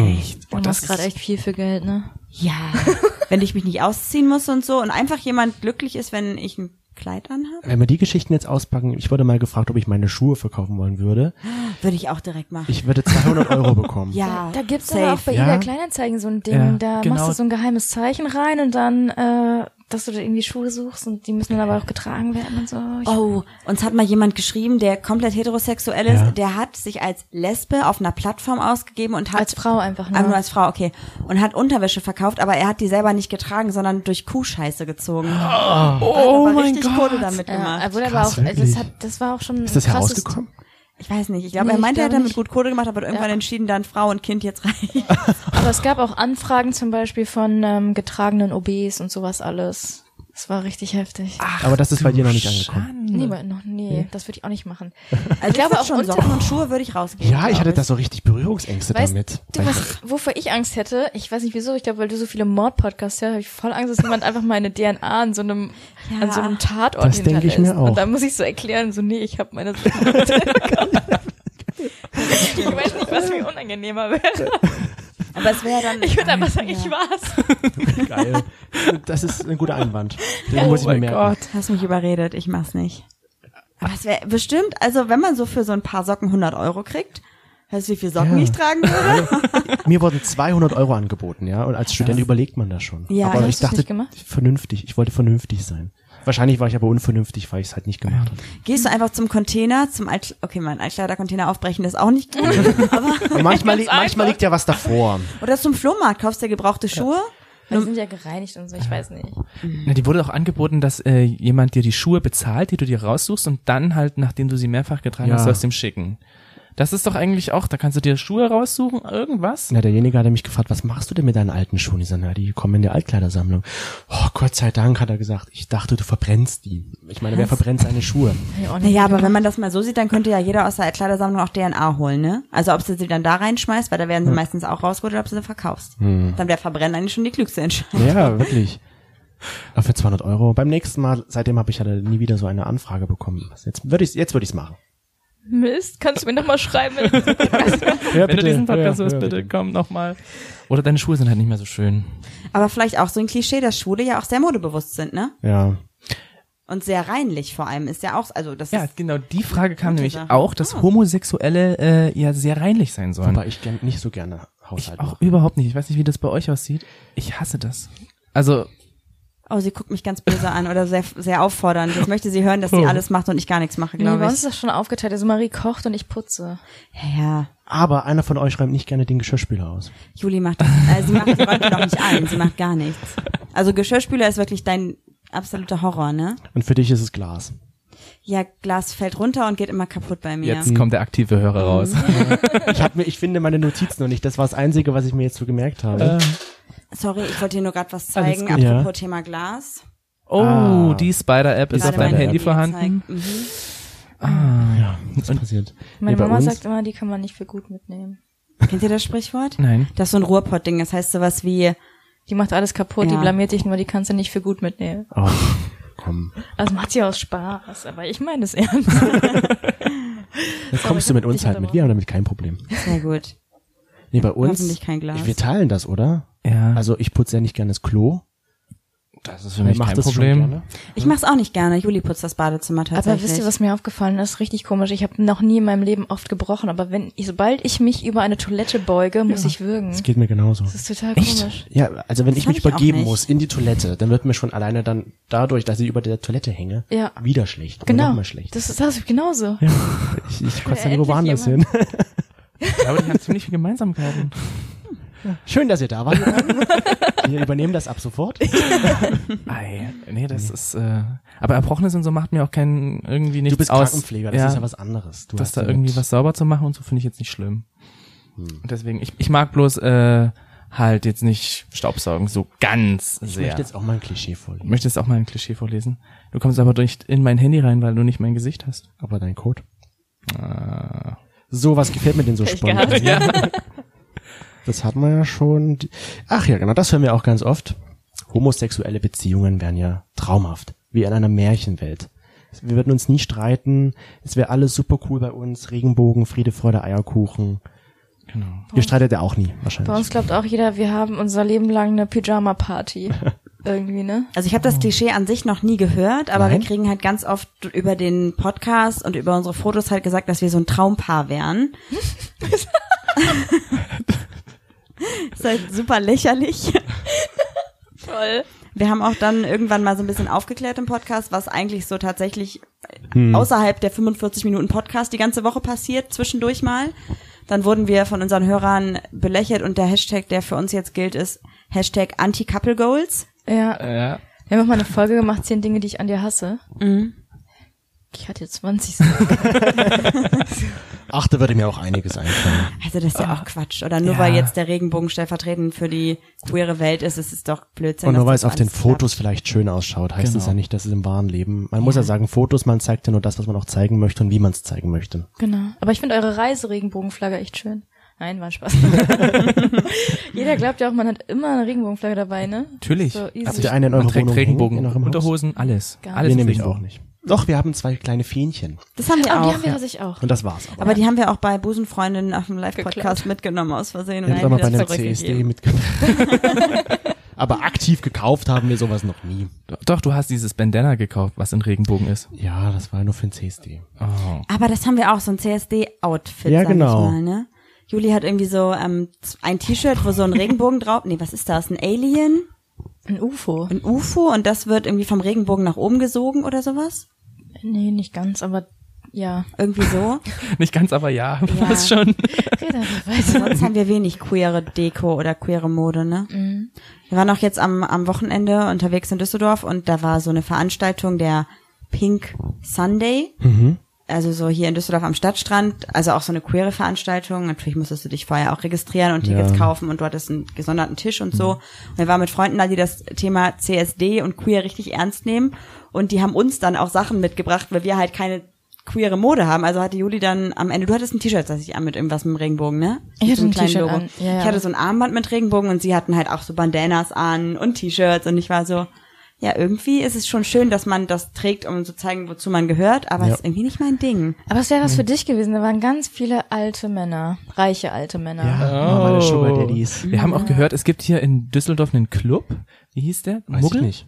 Du machst gerade echt viel für Geld, ne? Ja. wenn ich mich nicht ausziehen muss und so und einfach jemand glücklich ist, wenn ich ein Kleid anhabe, Wenn wir die Geschichten jetzt auspacken, ich wurde mal gefragt, ob ich meine Schuhe verkaufen wollen würde. würde ich auch direkt machen. Ich würde 200 Euro bekommen. ja. Da gibt's safe. aber auch bei Ja. jeder Kleinanzeigen so ein Ding. Ja, da genau. machst du so ein geheimes Zeichen rein und dann, äh, dass du da irgendwie Schuhe suchst und die müssen dann aber auch getragen werden und so. Ich, Oh, uns hat mal jemand geschrieben, der komplett heterosexuell ist, Ja. der hat sich als Lesbe auf einer Plattform ausgegeben und hat Als Frau einfach Ah, nur nur. als Frau, okay. Und hat Unterwäsche verkauft, aber er hat die selber nicht getragen, sondern durch Kuhscheiße gezogen. Oh, oh mein richtig Gott. Kohle damit Ja, gemacht. er äh, wurde Krass, aber auch, also wirklich. das, hat, das war auch schon Ist das ein krasses- herausgekommen? ich weiß nicht, ich glaube, Nee, er ich meinte, er hat glaube damit nicht. gut Kohle gemacht, aber hat irgendwann Ja. entschieden, dann Frau und Kind jetzt rein. Also Aber es gab auch Anfragen zum Beispiel von ähm, getragenen OBs und sowas alles. Das war richtig heftig. Aber das ist bei dir noch nicht angekommen. Niemand noch, nee, das würde ich auch nicht machen. Also ich glaube, würde auch schon unter- Socken und Schuhe würde ich rausgeben. Ja, ich hatte glaub da so richtig Berührungsängste Weißt damit. du, was, wovor ich Angst hätte? Ich weiß nicht wieso, ich glaube, weil du so viele Mord-Podcasts hörst, habe ich voll Angst, dass jemand einfach meine DNA an so einem, Ja. an so einem Tatort Das denke ich hinterlässt. mir auch. Und dann muss ich so erklären, so, nee, ich habe meine Sachen Ich weiß nicht, was mir unangenehmer wäre. Aber es wäre dann, Ich würde einfach sagen, ich war's. Geil. Das ist ein guter Einwand. Oh Den muss ich Oh mir merken. hast mich überredet, ich mach's nicht. Aber es wäre bestimmt, also wenn man so für so ein paar Socken 100 Euro kriegt, weißt du, wie viel Socken Ja. ich tragen würde? Mir wurden 200 Euro angeboten, ja. Und als Student überlegt man das schon. Ja, aber hast ich du's nicht dachte, gemacht? vernünftig. Ich wollte vernünftig sein. Wahrscheinlich war ich aber unvernünftig, weil ich es halt nicht gemacht habe. Gehst du einfach zum Container, zum Alt, okay, mein Altkleidercontainer aufbrechen, das ist auch nicht gut. Und manchmal, li manchmal liegt ja was davor. Oder zum Flohmarkt kaufst du gebrauchte Schuhe. Weil die sind ja gereinigt und so, ich weiß nicht. Na, die wurde auch angeboten, dass äh, jemand dir die Schuhe bezahlt, die du dir raussuchst und dann halt, nachdem du sie mehrfach getragen Ja. hast, sollst du ihm schicken. Das ist doch eigentlich auch, da kannst du dir Schuhe raussuchen, irgendwas. Na, derjenige hatte mich gefragt, was machst du denn mit deinen alten Schuhen? Ich sage, na, die kommen in die Altkleidersammlung. Oh, Gott sei Dank, hat er gesagt. Ich dachte, du verbrennst die. Ich meine, wer verbrennt seine Schuhe? Naja, aber wenn man das mal so sieht, dann könnte ja jeder aus der Altkleidersammlung auch DNA holen, ne? Also ob du sie dann da reinschmeißt, weil da werden sie meistens auch rausgeholt, oder ob du sie verkaufst. Dann wäre Verbrennen eigentlich schon die klügste Entscheidung. Ja, wirklich. Aber für 200 Euro. Beim nächsten Mal, seitdem habe ich halt nie wieder so eine Anfrage bekommen. Jetzt würde ich jetzt würde ich's machen. Mist, kannst du mir nochmal schreiben? wenn du- Ja, Wenn du diesen Podcast hörst, bitte komm nochmal. Oder deine Schuhe sind halt nicht mehr so schön. Aber vielleicht auch so ein Klischee, dass Schwule ja auch sehr modebewusst sind, ne? Ja. Und sehr reinlich vor allem ist ja auch, also das Ja, ist, genau, die Frage kam Gute nämlich Sache. Ah. auch, dass Homosexuelle äh, ja sehr reinlich sein sollen. Wobei ich gern, nicht so gerne Haushalt Auch mache. überhaupt nicht. Ich weiß nicht, wie das bei euch aussieht. Ich hasse das. Also, oh, sie guckt mich ganz böse an oder sehr, sehr auffordernd. Jetzt möchte sie hören, dass Oh. sie alles macht und ich gar nichts mache, Nee, bei glaube uns ist ich. das schon aufgeteilt. Also Marie kocht und ich putze. Ja, Aber einer von euch räumt nicht gerne den Geschirrspüler aus. Juli macht das, äh, sie macht die Räume doch nicht ein, sie macht gar nichts. Also Geschirrspüler ist wirklich dein absoluter Horror, ne? Und für dich ist es Glas. Ja, Glas fällt runter und geht immer kaputt bei mir. jetzt kommt der aktive Hörer raus. Ich hab mir, ich finde meine Notizen noch nicht. Das war das Einzige, was ich mir jetzt so gemerkt habe. Äh. Sorry, ich wollte dir nur gerade was Alles zeigen, gut. Ja. apropos Thema Glas. Oh, Ah. die Spider-App ist Gerade auf deinem mein Handy Handy vorhanden. gezeigt. Mhm. ja, das passiert. Meine Nee, bei Mama uns, sagt immer, die kann man nicht für gut mitnehmen. Kennt ihr das Sprichwort? Nein. Das ist so ein Ruhrpott-Ding, das heißt sowas wie, Die macht alles kaputt, die Ja. blamiert dich nur, die kannst du nicht für gut mitnehmen. Oh, komm. Also macht sie aus Spaß, aber ich meine es ernst. Dann kommst du mit uns halt mit. Wir haben damit kein Problem. sehr gut. Nee, bei uns. Hoffentlich kein Glas. Wir teilen das, oder? Ja. Also ich putze ja nicht gerne das Klo. das ist für Wer macht das schon gerne? Ich mach's auch nicht gerne, Juli putzt das Badezimmer tatsächlich. Aber wisst ihr, was mir aufgefallen ist? Richtig komisch. Ich habe noch nie in meinem Leben oft gebrochen, aber wenn, sobald ich mich über eine Toilette beuge, muss ich würgen. Das geht mir genauso. Das ist total komisch. Ja, also wenn ich hab mich ich auch übergeben nicht. muss in die Toilette, dann wird mir schon alleine dann dadurch, dass ich über der Toilette hänge, Ja. wieder schlecht. Mir Genau. Nochmal schlecht. Das ist das ist genauso. ich ich kotze dann endlich irgendwo woanders hin. jemand. Aber die haben ziemlich viele Gemeinsamkeiten. Schön, dass ihr da wart. Wir übernehmen das ab sofort. Ei, nee, das ist. Äh, aber Erbrochenes und so macht mir auch keinen irgendwie nichts Du bist aus. Krankenpfleger, das ist ja was anderes. Du Das hast da ja irgendwie mit- Hm. was sauber zu machen und so finde ich jetzt nicht schlimm. Und deswegen, ich, ich mag bloß äh, halt jetzt nicht Staubsaugen so ganz Ich sehr. möchte jetzt auch mal ein Klischee vorlesen. Möchtest auch mal ein Klischee vorlesen? Du kommst aber nicht in mein Handy rein, weil du nicht mein Gesicht hast. Aber dein Code? So, was gefällt mir denn so Pech spannend? gehabt. Das hatten wir ja schon. Die- Ach ja, genau, das hören wir auch ganz oft. Homosexuelle Beziehungen wären ja traumhaft, wie in einer Märchenwelt. Wir würden uns nie streiten, es wäre alles super cool bei uns, Regenbogen, Friede, Freude, Eierkuchen. Genau. Ihr streitet ja auch nie, Bei uns wahrscheinlich. glaubt auch jeder, wir haben unser Leben lang eine Pyjama-Party. Irgendwie, ne? Also ich habe das Klischee an sich noch nie gehört, aber Nein? wir kriegen halt ganz oft über den Podcast und über unsere Fotos halt gesagt, dass wir so ein Traumpaar wären. ist halt super lächerlich. Voll. Wir haben auch dann irgendwann mal so ein bisschen aufgeklärt im Podcast, was eigentlich so tatsächlich außerhalb der 45 Minuten Podcast die ganze Woche passiert, zwischendurch mal. Dann wurden wir von unseren Hörern belächelt und der Hashtag, der für uns jetzt gilt, ist Hashtag Anti-Couple Goals. Ja. Ja. Wir haben auch mal eine Folge gemacht, 10 Dinge, die ich an dir hasse. Mhm. Ich hatte 20. so. Ach, da würde mir auch einiges einfallen. Also das ist ja Ah, auch Quatsch. Oder nur Ja. weil jetzt der Regenbogen stellvertretend für die queere Welt ist, ist es doch Blödsinn. Und nur dass weil es das auf den alles Fotos vielleicht schön ausschaut, heißt es Genau. ja nicht, dass es im wahren Leben. Man muss ja sagen, Fotos, man zeigt ja nur das, was man auch zeigen möchte und wie man es zeigen möchte. genau. Aber ich finde eure Reiseregenbogenflagge echt schön. Nein, war ein Spaß. jeder glaubt ja auch, man hat immer eine Regenbogenflagge dabei, ne? Natürlich. So easy. Habt ihr eine in eurer Man trägt Wohnung Regenbogen, hängen, in eurem Haus? Unterhosen, alles. Gar alles Wir ist nämlich wichtig. auch nicht. Doch, wir haben zwei kleine Fähnchen. klappt. Das haben wir Ah, die auch. haben wir tatsächlich auch. Und das war's aber. aber die haben wir auch bei Busenfreundinnen auf dem Geklaut. Live-Podcast mitgenommen aus Versehen. Wir Und haben aber bei dann einem wieder CSD zurückgegeben. mitgebracht. aber aktiv gekauft haben wir sowas noch nie. Doch, du hast dieses Bandana gekauft, was in Regenbogen ist. Ja, das war ja nur für den CSD. Oh. Aber das haben wir auch, so ein CSD-Outfit, Ja, sag genau. ich mal, ne? Juli hat irgendwie so ähm, ein T-Shirt, wo so ein Regenbogen drauf. Nee, was ist das? Ein Alien? Ein UFO. Ein UFO und das wird irgendwie vom Regenbogen nach oben gesogen oder sowas? Nee, nicht ganz, aber ja. Irgendwie so. Nicht ganz, aber ja, Ja. was schon. Red einfach weiter. Sonst haben wir wenig queere Deko oder queere Mode, ne? Wir waren auch jetzt am, am Wochenende unterwegs in Düsseldorf und da war so eine Veranstaltung der Pink Sunday. Also so hier in Düsseldorf am Stadtstrand, also auch so eine queere Veranstaltung. Natürlich musstest du dich vorher auch registrieren und Tickets Ja. kaufen und du hattest einen gesonderten Tisch und so. Und wir waren mit Freunden da, die das Thema CSD und queer richtig ernst nehmen. Und die haben uns dann auch Sachen mitgebracht, weil wir halt keine queere Mode haben. Also hatte Juli dann am Ende, du hattest ein T-Shirt, das ich an mit irgendwas mit dem Regenbogen, ne? Ich hatte So einem ein kleinen T-Shirt Logo. an, ja, ja. Ich hatte so ein Armband mit Regenbogen und sie hatten halt auch so Bandanas an und T-Shirts und ich war so, ja, irgendwie ist es schon schön, dass man das trägt, um zu zeigen, wozu man gehört, aber Ja. es ist irgendwie nicht mein Ding. Aber es wäre was für dich gewesen. Da waren ganz viele alte Männer. Reiche alte Männer. Oh, normale Sugar Daddies. Oh. Wir haben auch gehört, es gibt hier in Düsseldorf einen Club. Wie hieß der? Weiß ich nicht.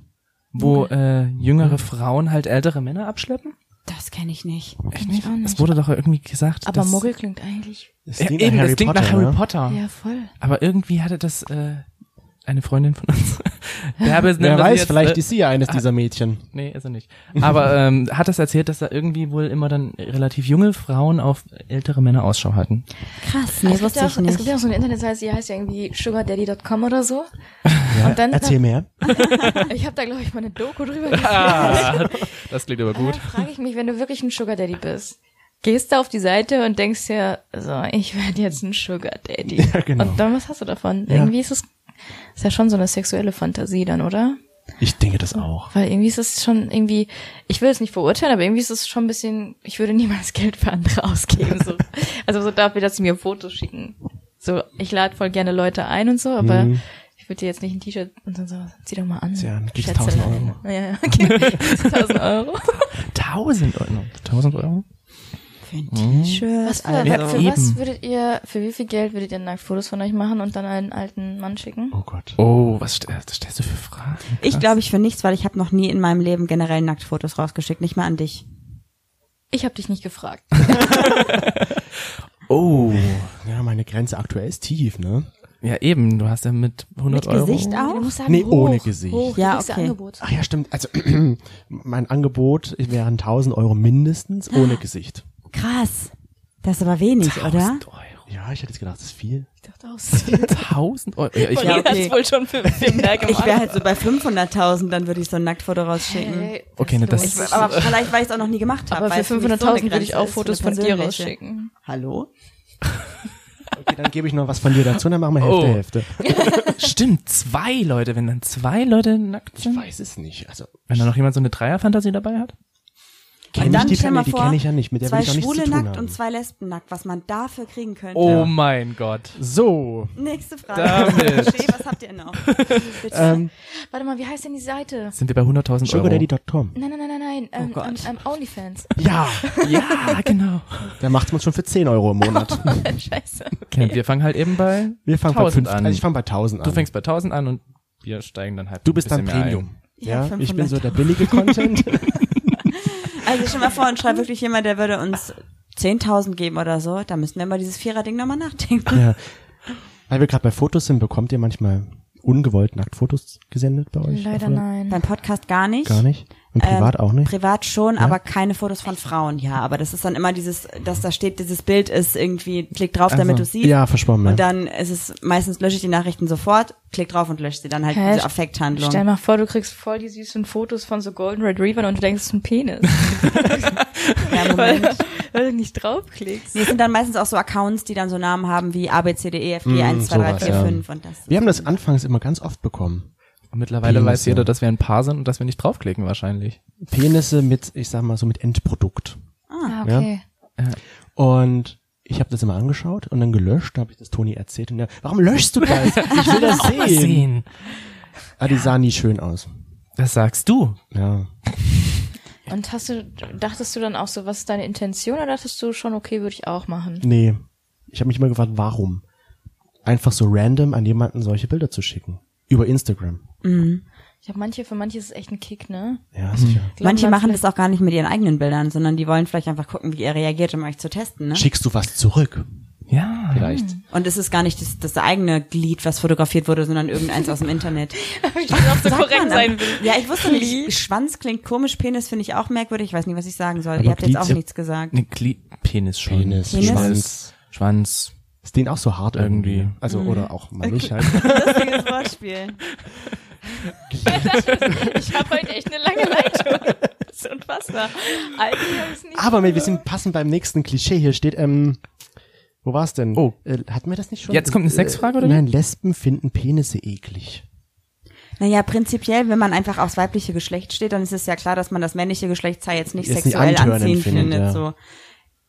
Wo äh, jüngere Frauen halt ältere Männer abschleppen? Das kenne ich nicht. Echt nicht? Auch Das nicht. wurde doch irgendwie gesagt. Aber dass- Muggel klingt eigentlich. Es Ja, klingt eben, nach das klingt nach Harry ne? Potter. Ja, voll. Aber irgendwie hatte das äh, eine Freundin von uns. Wer Wer weiß, vielleicht ist sie ja eines dieser Mädchen. äh, Nee, ist er nicht. Aber ähm, hat das erzählt, dass da irgendwie wohl immer dann relativ junge Frauen auf ältere Männer Ausschau hatten. Krass, nee, es, gibt wusste ja ich auch, es gibt nicht. ja auch so eine Internetseite, die heißt ja irgendwie sugardaddy.com oder so. Und dann, Erzähl mehr. ich habe da, glaube ich, mal eine Doku drüber gesehen. Das klingt aber Dann frage ich mich, wenn du wirklich ein Sugar Daddy bist, gehst du auf die Seite und denkst dir, so, ich werde jetzt ein Sugar Daddy. Ja, genau. Und dann, was hast du davon? Irgendwie ist es, ist ja schon so eine sexuelle Fantasie dann, oder? Ich denke das auch. Weil irgendwie ist es schon irgendwie, ich will es nicht verurteilen, aber irgendwie ist es schon ein bisschen, ich würde niemals Geld für andere ausgeben. So. Also so dafür, dass sie mir Fotos schicken. So, ich lade voll gerne Leute ein und so, aber ich würde dir jetzt nicht ein T-Shirt und dann so, zieh doch mal an. Ja, Mhm. dann kriegst du Schätzelein. 1000 Euro. Ja, ja, okay. 1000 Euro. 1000 Euro. 1000 Euro? Für ein Mhm. T-Shirt. Was, für, Ja, für eben. was würdet ihr, für wie viel Geld würdet ihr nackt Fotos von euch machen und dann einen alten Mann schicken? Oh Gott. Oh, was st das stellst du für Fragen? Ich glaube, ich für nichts, weil ich habe noch nie in meinem Leben generell Nacktfotos rausgeschickt, nicht mal an dich. Ich habe dich nicht gefragt. Oh. Ja, meine Grenze aktuell ist tief, ne? Ja, eben. Du hast ja mit 100 Mit Euro. Gesicht auch? Du musst sagen, Nee, hoch, ohne Gesicht. Hoch, Ja, ja, okay. okay. Angebot. Ach ja, stimmt. Also mein Angebot wären 1000 Euro mindestens ohne Gesicht. Krass. Das ist aber wenig, oder? 1000 Euro. Ja, ich hätte jetzt gedacht, das ist viel. Ich dachte auch, so viel. 1000 Euro. Ja, ich, Ja, Jeder okay. hat's wohl schon für viel mehr gemacht. Ich wäre halt so bei 500.000, dann würde ich so ein Nacktfoto rausschicken. Hey, Okay, ne, das- lohnt sich. Aber vielleicht, weil ich es auch noch nie gemacht habe. Äh. aber weil für es für mich so eine 500.000 würde Grenze ich auch ist, für Fotos eine von dir persönliche. rausschicken. Hallo? Okay, dann gebe ich noch was von dir dazu, dann machen wir Hälfte, Oh. Hälfte. Stimmt, zwei Leute, wenn dann zwei Leute nackt Ich sind. weiß es nicht. Also, Wenn da noch jemand so eine Dreierfantasie dabei hat. kenn und ich dann die stell mal Fanny, die vor, kenne ich ja nicht, mit der zwei will ich auch nichts Schwule zu tun nackt haben. und zwei Lesben nackt, was man dafür kriegen könnte. Oh mein Gott. So, Nächste Frage. Damit. Jay, was habt ihr noch? Bitte. ähm, Warte mal, wie heißt denn die Seite? Sind wir bei 100.000 Euro? sugardaddy.com. Nein, nein, nein, nein, nein. Ähm, Gott. ähm, ähm, OnlyFans. Ja, ja, genau. der macht's uns schon für 10 Euro im Monat. Scheiße. Okay. und Wir fangen halt eben bei Wir fangen bei 1000 5 an. Also ich fange bei 1000 an. du fängst bei 1.000 an und wir steigen dann halt du ein bist dann bisschen mehr Premium. Ja, ja, ich bin so der billige Content. Also schon mal vor und schreibt wirklich jemand, der würde uns 10.000 geben oder so. Da müssen wir mal dieses Vierer-Ding nochmal nachdenken. Ja. Weil wir gerade bei Fotos sind, bekommt ihr manchmal ungewollt nackt Fotos gesendet bei euch? Leider Oder? nein. Beim Podcast gar nicht. Gar nicht? Und privat Ähm, auch nicht? Privat schon, aber keine Fotos von Frauen, ja. Aber das ist dann immer dieses, dass da steht, dieses Bild ist irgendwie, klick drauf, damit du siehst. Also, ja, ne. verschwommen. Und dann ist es, meistens lösche ich die Nachrichten sofort, klick drauf und lösche sie. Dann halt Hä? diese Stell Affekthandlung. mal vor, du kriegst voll die süßen Fotos von so Golden Red Reaver und du denkst, es ist ein Penis. Ja, weil, Moment. weil du nicht draufklickst. Nee, es sind dann meistens auch so Accounts, die dann so Namen haben wie ABCDEFG Hm, 1, 2, 3, sowas, 4, ja. 5 und das. wir haben das anfangs immer ganz oft bekommen. Und mittlerweile Premium, weiß jeder, ja. dass wir ein Paar sind und dass wir nicht draufklicken wahrscheinlich. Penisse mit, ich sag mal so, mit Endprodukt. Ah, okay. Und ich habe das immer angeschaut und dann gelöscht, da habe ich das Toni erzählt und der, warum löschst du das? Ich will das sehen. Ah, die sah nie schön aus. Das sagst du. Ja. Und hast du, dachtest du dann auch so, was ist deine Intention oder dachtest du schon, okay, würde ich auch machen? Nee. Ich habe mich immer gefragt, warum? Einfach so random an jemanden solche Bilder zu schicken. Über Instagram. Ich habe manche, für manche ist es echt ein Kick, ne? Mhm. Ja, sicher. Glauben Manche dann machen vielleicht- das auch gar nicht mit ihren eigenen Bildern, sondern die wollen vielleicht einfach gucken, wie ihr reagiert, um euch zu testen. Ne? Schickst du was zurück? Ja. Vielleicht. Und es ist gar nicht das, das eigene Glied, was fotografiert wurde, sondern irgendeins aus dem Internet. Ich will auch so Sagt korrekt man, sein. ähm, Ja, ich wusste nicht. Schwanz klingt komisch, Penis finde ich auch merkwürdig. Ich weiß nicht, was ich sagen soll. Aber Ihr habt jetzt Glied- auch nichts gesagt. Ne, Gli Penis schon. Penis, Penis? Schwanz. Schwanz. Ist denen auch so hart irgendwie. Irgendwie. Also, Mhm. oder auch mal nicht halt. Lustiges Wortspiel. Ich habe heute echt eine lange Leitung. Das ist unfassbar. Eigentlich habe ich es nicht. Aber wir sind passend beim nächsten Klischee. Hier steht, ähm, wo war's denn? Oh. Äh, hatten wir das nicht schon? Äh, Jetzt kommt eine Sexfrage, oder wie? Nein, Lesben finden Penisse eklig. Naja, prinzipiell, wenn man einfach aufs weibliche Geschlecht steht, dann ist es ja klar, dass man das männliche Geschlecht zwar jetzt nicht Jetzt nicht sexuell antörnend anziehend findet, findet. ja. so.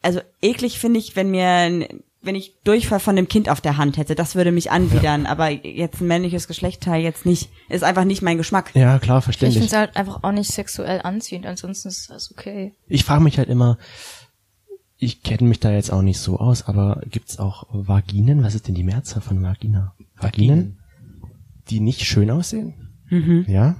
Also eklig finde ich, wenn mir ein- wenn ich Durchfall von dem Kind auf der Hand hätte, das würde mich anwidern, aber jetzt ein männliches Geschlechtsteil jetzt nicht, ist einfach nicht mein Geschmack. Ja, klar, Ich finde verständlich. es halt einfach auch nicht sexuell anziehend, ansonsten ist das okay. Ich frage mich halt immer, ich kenne mich da jetzt auch nicht so aus, aber gibt's auch Vaginen? Was ist denn die Mehrzahl von Vagina? Vaginen? Die nicht schön aussehen? Ja?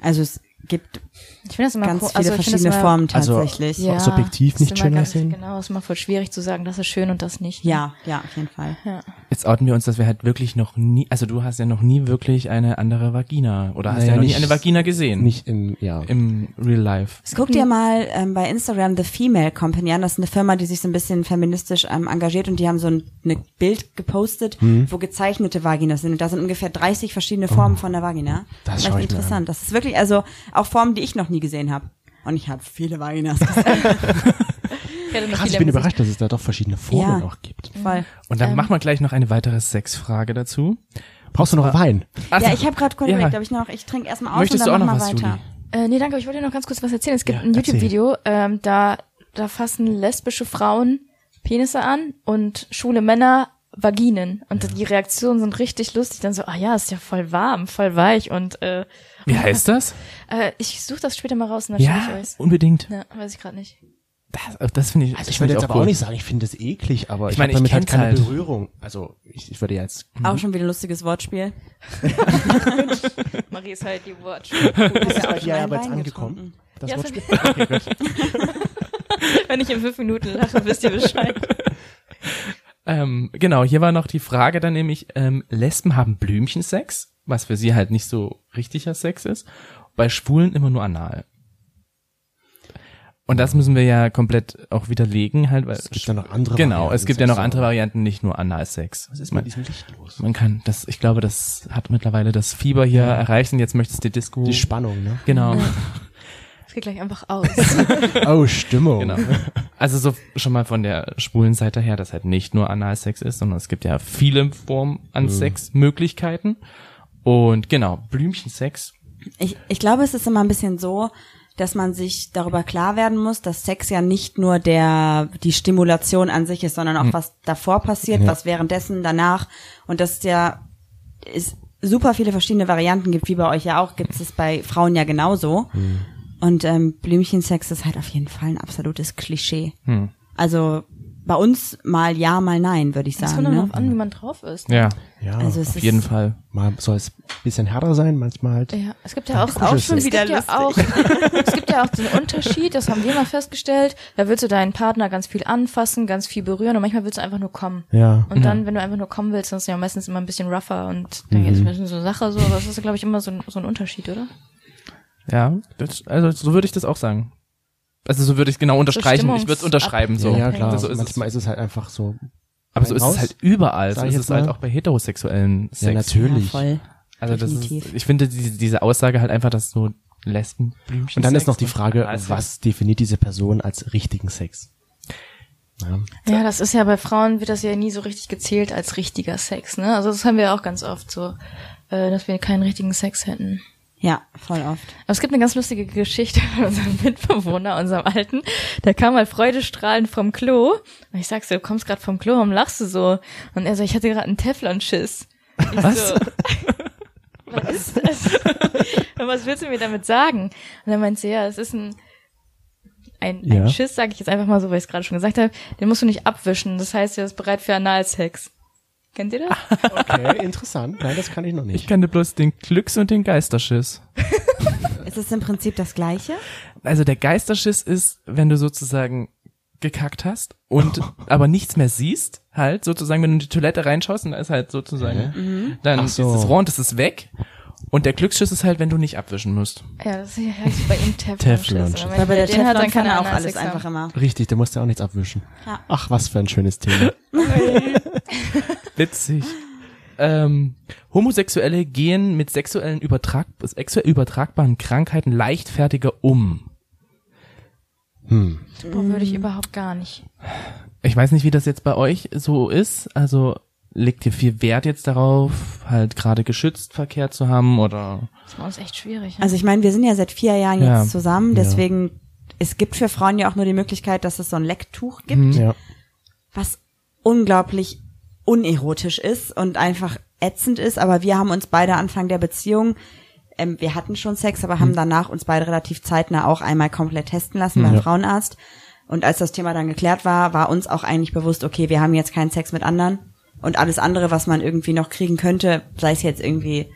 Also es gibt Ich finde das immer ganz cool. viele also, ich find das verschiedene immer- Formen Also- tatsächlich. Ja. subjektiv ist nicht immer schön ganz- aussehen. Genau, ist immer voll schwierig zu sagen, das ist schön und das nicht. ja, ja, auf jeden Fall. Jetzt outen wir uns, dass wir halt wirklich noch nie, also du hast ja noch nie wirklich eine andere Vagina oder hast Naja, ja noch nie nicht- eine Vagina gesehen. Nicht im, ja. im Real Life. Guck Mhm. dir mal ähm, bei Instagram The Female Company an. Das ist eine Firma, die sich so ein bisschen feministisch ähm, engagiert und die haben so ein eine Bild gepostet, Mhm. wo gezeichnete Vaginas sind. Und da sind ungefähr 30 verschiedene Formen von der Vagina. Oh. Das ist schau ich mir interessant. an. Das ist wirklich, also auch Formen, die ich noch nie gesehen habe. Und ich habe viele Vaginas gesehen. Ich hätte noch Krass, ich viele bin im Gesicht. überrascht, dass es da doch verschiedene Formen Ja. auch gibt. Voll. Und dann machen wir gleich noch eine weitere Sexfrage dazu. Brauchst du noch Wein? Ja, ich habe gerade Ja. Konrekt, ja. ich noch, ich trinke erstmal aus Möchtest und du auch dann noch machen was, wir weiter. Juli? Äh, nee, danke, aber ich wollte dir noch ganz kurz was erzählen. Es gibt Ja, ein erzähl. YouTube-Video, ähm, da, da fassen lesbische Frauen Penisse an und schwule Männer Vaginen. Und die Reaktionen sind richtig lustig. Dann so, ah ja, ist ja voll warm, voll weich. Und äh, Wie heißt das? äh, ich suche das später mal raus und dann schicke Ja, ich euch. unbedingt. Ja, weiß ich gerade nicht. Das, oh, das finde ich, Also das ich find würde jetzt auch aber auch cool. nicht sagen, ich finde das eklig, aber ich, meine, habe ich damit halt kenn's keine halt. Berührung. Also ich, ich würde ja jetzt Auch schon wieder lustiges Wortspiel. Marie ist halt die Watch. Ist bei dir aber jetzt angekommen? Das Ja, Wortspiel? Wenn ich in fünf Minuten lache, wisst ihr Bescheid. Ähm, genau, hier war noch die Frage dann nämlich, ähm, Lesben haben Blümchensex, was für sie halt nicht so richtiger Sex ist, bei Schwulen immer nur anal. Und das müssen wir ja komplett auch widerlegen, halt, weil Es gibt ja noch andere genau, Varianten es gibt ja noch Sex, andere aber- Varianten, nicht nur Analsex. Was ist mit diesem Licht los? Man kann das, ich glaube, das hat mittlerweile das Fieber hier erreicht und jetzt möchtest du die Disco. Die Spannung, ne? genau. geht gleich einfach aus. Oh, Stimmung. Genau. Also so schon mal von der schwulen Seite her, dass halt nicht nur Analsex ist, sondern es gibt ja viele Formen an Sexmöglichkeiten. Und genau, Blümchensex. Ich, ich glaube, es ist immer ein bisschen so, dass man sich darüber klar werden muss, dass Sex ja nicht nur der die Stimulation an sich ist, sondern auch was davor passiert, was währenddessen, danach und dass ja es super viele verschiedene Varianten gibt, wie bei euch ja auch, gibt es bei Frauen ja genauso. Und ähm, Blümchensex ist halt auf jeden Fall ein absolutes Klischee. Also bei uns mal ja, mal nein, würde ich Es sagen. kommt Ne? darauf an, wie man drauf ist. Ja, Ja, Also es auf ist jeden Fall. mal soll es bisschen härter sein, manchmal halt. Ja, es gibt ja auch, auch schon es wieder gibt ja auch, es gibt ja auch den Unterschied, das haben wir mal festgestellt, da willst du deinen Partner ganz viel anfassen, ganz viel berühren und manchmal willst du einfach nur kommen. Ja. Und dann, wenn du einfach nur kommen willst, dann ist es ja meistens immer ein bisschen rougher und dann geht es ein bisschen so Sache so, aber es ist, glaube ich, immer so ein, so ein Unterschied, oder? Ja, das, also so würde ich das auch sagen. Also so würde ich es genau unterstreichen. Ich würde es Stimmungs- unterschreiben so. Ja, ja, klar. So ist Also es. manchmal ist es halt einfach so. Aber so ist Raus. es halt überall. So Sag ich ist jetzt es halt mal. auch bei heterosexuellen Sex. Ja, natürlich. voll. Also das ist, Definitiv. ich finde diese, diese Aussage halt einfach, dass so Lesben, Blümchen. Und dann ist Sex noch die Frage, Analsex- was definiert diese Person als richtigen Sex? Ja. Ja, das ist ja bei Frauen wird das ja nie so richtig gezählt als richtiger Sex, ne? Also das haben wir ja auch ganz oft so, äh, dass wir keinen richtigen Sex hätten. Ja, voll oft. Aber es gibt eine ganz lustige Geschichte von unserem Mitbewohner, unserem Alten. Der kam mal freudestrahlend vom Klo. Und ich sag so, du kommst gerade vom Klo, warum lachst du so? Und er so, ich hatte gerade einen Teflon-Schiss. Ich So, was ist das? Und was willst du mir damit sagen? Und dann meinte sie, ja, es ist ein, ein, Ja. ein Schiss, sage ich jetzt einfach mal so, weil ich es gerade schon gesagt habe. Den musst du nicht abwischen. Das heißt, er ist bereit für Analsex. Kennt ihr Ah. das? Okay, interessant. Nein, das kann ich noch Ich nicht. kannte bloß den Glücks- und den Geisterschiss. Ist es im Prinzip das Gleiche? Also der Geisterschiss ist, wenn du sozusagen gekackt hast und aber nichts mehr siehst, halt sozusagen, wenn du in die Toilette reinschaust und da ist halt sozusagen dann Mhm. Ach so. dieses Rohr und das ist weg. Und der Glücksschiss ist halt, wenn du nicht abwischen musst. Ja, das heißt bei ihm Teflon-Schiss. Teflon-Schiss. Und wenn Weil bei der man den Teflon hat, dann kann er er auch alles Analsex haben. einfach immer. Richtig, da musst du auch nichts abwischen. Ja. Ach, was für ein schönes Thema. Witzig. ähm, Homosexuelle gehen mit sexuellen übertrag sexuell übertragbaren Krankheiten leichtfertiger um. Boah, würde ich überhaupt gar nicht. Ich weiß nicht, wie das jetzt bei euch so ist. Also legt ihr viel Wert jetzt darauf, halt gerade geschützt Verkehr zu haben oder Das ist bei uns echt schwierig. Ne? Also ich meine, wir sind ja seit vier Jahren Ja. jetzt zusammen, deswegen es gibt für Frauen ja auch nur die Möglichkeit, dass es so ein Lecktuch gibt, Mhm. Hm? Ja. was unglaublich unerotisch ist und einfach ätzend ist. Aber wir haben uns beide Anfang der Beziehung, ähm, wir hatten schon Sex, aber Mhm. haben danach uns beide relativ zeitnah auch einmal komplett testen lassen beim Frauenarzt. Und als das Thema dann geklärt war, war uns auch eigentlich bewusst, okay, wir haben jetzt keinen Sex mit anderen. Und alles andere, was man irgendwie noch kriegen könnte, sei es jetzt irgendwie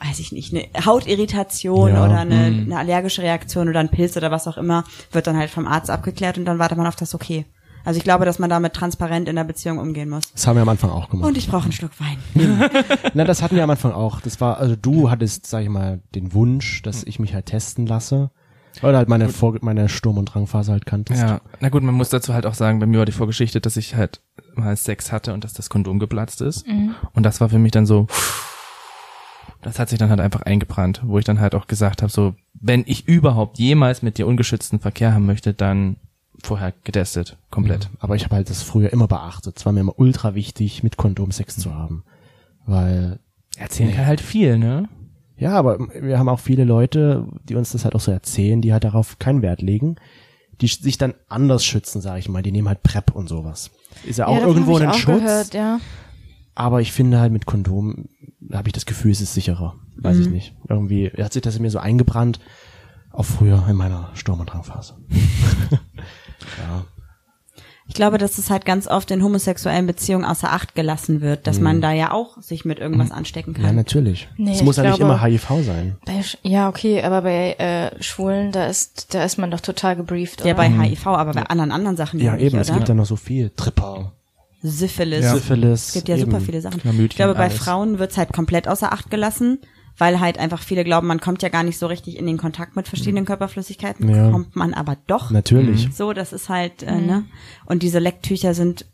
weiß ich nicht, eine Hautirritation Ja, hm. oder eine, eine allergische Reaktion oder ein Pilz oder was auch immer, wird dann halt vom Arzt abgeklärt und dann wartet man auf das Okay. Also ich glaube, dass man damit transparent in der Beziehung umgehen muss. Das haben wir am Anfang auch gemacht. Und ich brauche einen Schluck Wein. Na, das hatten wir am Anfang auch. Das war, also du hattest, sag ich mal, den Wunsch, dass Hm. ich mich halt testen lasse. Oder halt meine, Vorge meine Sturm- und Drangphase halt kanntest. Ja, na gut, man muss dazu halt auch sagen, bei mir war die Vorgeschichte, dass ich halt mal Sex hatte und dass das Kondom geplatzt ist. Mhm. Und das war für mich dann so, das hat sich dann halt einfach eingebrannt, wo ich dann halt auch gesagt habe, so, wenn ich überhaupt jemals mit dir ungeschützten Verkehr haben möchte, dann vorher getestet, komplett. Aber ich habe halt das früher immer beachtet. Es war mir immer ultra wichtig, mit Kondom Sex Hm. zu haben. Weil, Erzählen kann halt viel, ne? ja, aber wir haben auch viele Leute, die uns das halt auch so erzählen, die halt darauf keinen Wert legen, die sch- sich dann anders schützen, sage ich mal. Die nehmen halt PrEP und sowas. Ist ja auch ja, davon irgendwo hab ich ein auch Schutz. Gehört, ja. Aber ich finde halt mit Kondom habe ich das Gefühl, es ist sicherer. Weiß ich nicht. Irgendwie hat sich das in mir so eingebrannt. Auch früher in meiner Sturm- und Drangphase. Ich glaube, dass es halt ganz oft in homosexuellen Beziehungen außer Acht gelassen wird, dass man da ja auch sich mit irgendwas anstecken Ja, kann. natürlich. Nee, es muss ich ja nicht glaube- immer HIV sein. Bei, Sch- ja, okay, aber bei äh, Schwulen, da ist, da ist man doch total gebrieft. ja, oder? bei HIV, aber bei anderen anderen Sachen Ja, nicht, eben. Es oder? gibt ja noch so viel. Tripper, Syphilis. Syphilis. Es gibt ja eben. super viele Sachen. Chlamydien, ich glaube, bei alles. Frauen wird's halt komplett außer Acht gelassen, weil halt einfach viele glauben, man kommt ja gar nicht so richtig in den Kontakt mit verschiedenen Körperflüssigkeiten, Mhm. Ja. kommt man aber doch. Natürlich. Mhm. So, das ist halt, äh, ne? Und diese Lecktücher sind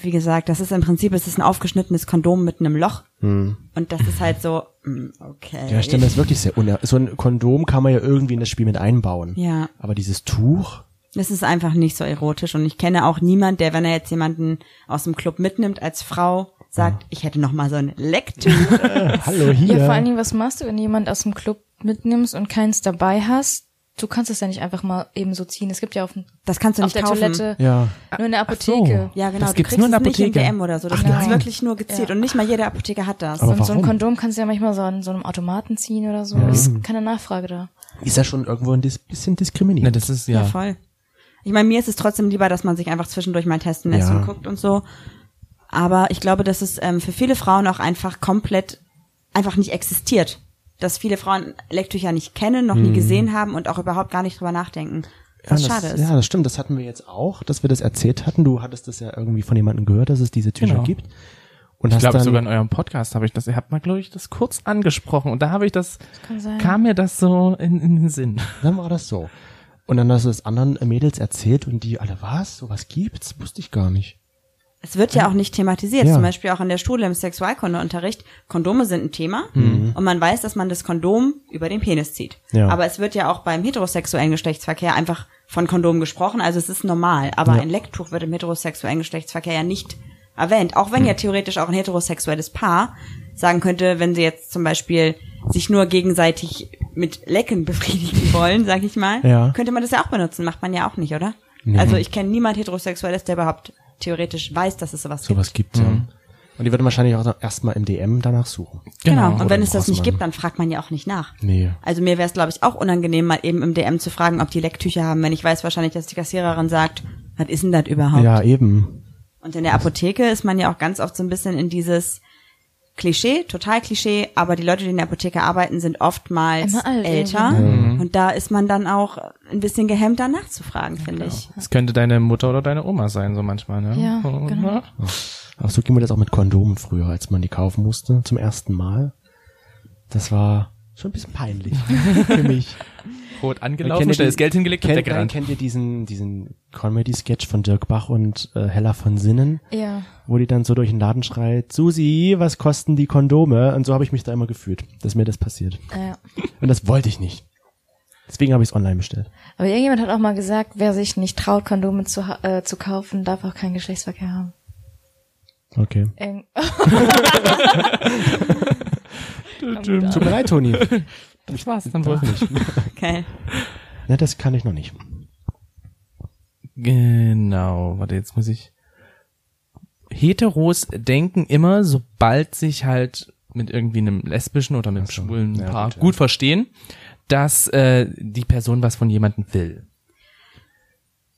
wie gesagt, das ist im Prinzip, es ist ein aufgeschnittenes Kondom mit einem Loch. Und das ist halt so, mm, okay. Mhm. Ja, stimmt, das ist wirklich sehr uner. So ein Kondom kann man ja irgendwie in das Spiel mit einbauen. Ja. Aber dieses Tuch, Das ist einfach nicht so erotisch und ich kenne auch niemand, der, wenn er jetzt jemanden aus dem Club mitnimmt als Frau, sagt, ich hätte noch mal so ein Lecktuch. äh, hallo Ja, hier. vor allen Dingen, was machst du, wenn du jemand aus dem Club mitnimmst und keins dabei hast? Du kannst es ja nicht einfach mal eben so ziehen. Es gibt ja auf, dem- Das kannst du auf nicht der kaufen. Toilette Ja. nur in der Ach so. Apotheke. Ja, genau. Das gibt's du kriegst nur in der es nicht im Apotheke. DM oder so. Das Ach, gibt's nein. wirklich nur gezielt. Und nicht mal jede Apotheke hat das. Aber Und so ein warum? Kondom kannst du ja manchmal so an so einem Automaten ziehen oder so. Ja, Es eben. ist keine Nachfrage da. Ist ja schon irgendwo ein dis- bisschen Ne, diskriminierend. das ist ja, ja. voll. Ich meine, mir ist es trotzdem lieber, dass man sich einfach zwischendurch mal testen lässt Ja. und guckt und so. Aber ich glaube, dass es ähm, für viele Frauen auch einfach komplett einfach nicht existiert. Dass viele Frauen Lecktücher nicht kennen, noch nie gesehen haben und auch überhaupt gar nicht drüber nachdenken. Was Mhm. ja, schade das, ist. Ja, das stimmt. Das hatten wir jetzt auch, dass wir das erzählt hatten. Du hattest das ja irgendwie von jemandem gehört, dass es diese Tücher Genau. gibt. Und Ich hast glaube dann, sogar in eurem Podcast habe ich das. Ihr habt mal, glaube ich, das kurz angesprochen und da habe ich das. kann sein. kam mir das so in, in den Sinn. dann war das so. Und dann hast du es anderen Mädels erzählt und die alle, was? Sowas gibt's? Wusste ich gar nicht. Es wird ja auch nicht thematisiert. Ja. Zum Beispiel auch in der Schule im Sexualkundeunterricht. Kondome sind ein Thema. Und man weiß, dass man das Kondom über den Penis zieht. Mhm. Ja. Aber es wird ja auch beim heterosexuellen Geschlechtsverkehr einfach von Kondom gesprochen. Also es ist normal. Aber Ja. ein Lecktuch wird im heterosexuellen Geschlechtsverkehr ja nicht erwähnt. Auch wenn Mhm. ja theoretisch auch ein heterosexuelles Paar sagen könnte, wenn sie jetzt zum Beispiel sich nur gegenseitig mit Lecken befriedigen wollen, sag ich mal, Ja. könnte man das ja auch benutzen. Macht man ja auch nicht, oder? Also ich kenne niemand heterosexuelles, der überhaupt theoretisch weiß, dass es sowas gibt. Sowas gibt's, ja. Mhm. Und die würden wahrscheinlich auch erstmal im DM danach suchen. Genau. Und Oder wenn im es das nicht Rossmann. gibt, dann fragt man ja auch nicht nach. Nee. Also mir wäre es, glaube ich, auch unangenehm, mal eben im DM zu fragen, ob die Lecktücher haben, wenn ich weiß wahrscheinlich, dass die Kassiererin sagt, was ist denn das überhaupt? Ja, eben. Und in der Apotheke ist man ja auch ganz oft so ein bisschen in dieses Klischee, total Klischee, aber die Leute, die in der Apotheke arbeiten, sind oftmals Immer alt älter. Mhm. Und da ist man dann auch ein bisschen gehemmt, danach zu fragen, finde ich. Es könnte deine Mutter oder deine Oma sein, so manchmal, ne? Ja, genau. Aber so ging mir das auch mit Kondomen früher, als man die kaufen musste, zum ersten Mal. Das war schon ein bisschen peinlich für mich. Rot Kennt angelaufen, ihr schnell die- das Geld hingelegt und kennt, nein, weggerannt. kennt ihr diesen, diesen Comedy-Sketch von Dirk Bach und äh, Hella von Sinnen, Ja. wo die dann so durch den Laden schreit, Susi, was kosten die Kondome? Und so habe ich mich da immer gefühlt, dass mir das passiert. ja. Und das wollte ich nicht. Deswegen habe ich es online bestellt. Aber irgendjemand hat auch mal gesagt, wer sich nicht traut, Kondome zu, ha- äh, zu kaufen, darf auch keinen Geschlechtsverkehr haben. Okay. Ähm, Tut mir leid, Toni. Das war's dann wohl nicht. Okay. Ne, das kann ich noch nicht. Genau, warte, jetzt muss ich. Heteros denken immer, sobald sich halt mit irgendwie einem lesbischen oder einem schwulen Ja, Paar gut, gut, ja. verstehen, dass äh, die Person was von jemandem will.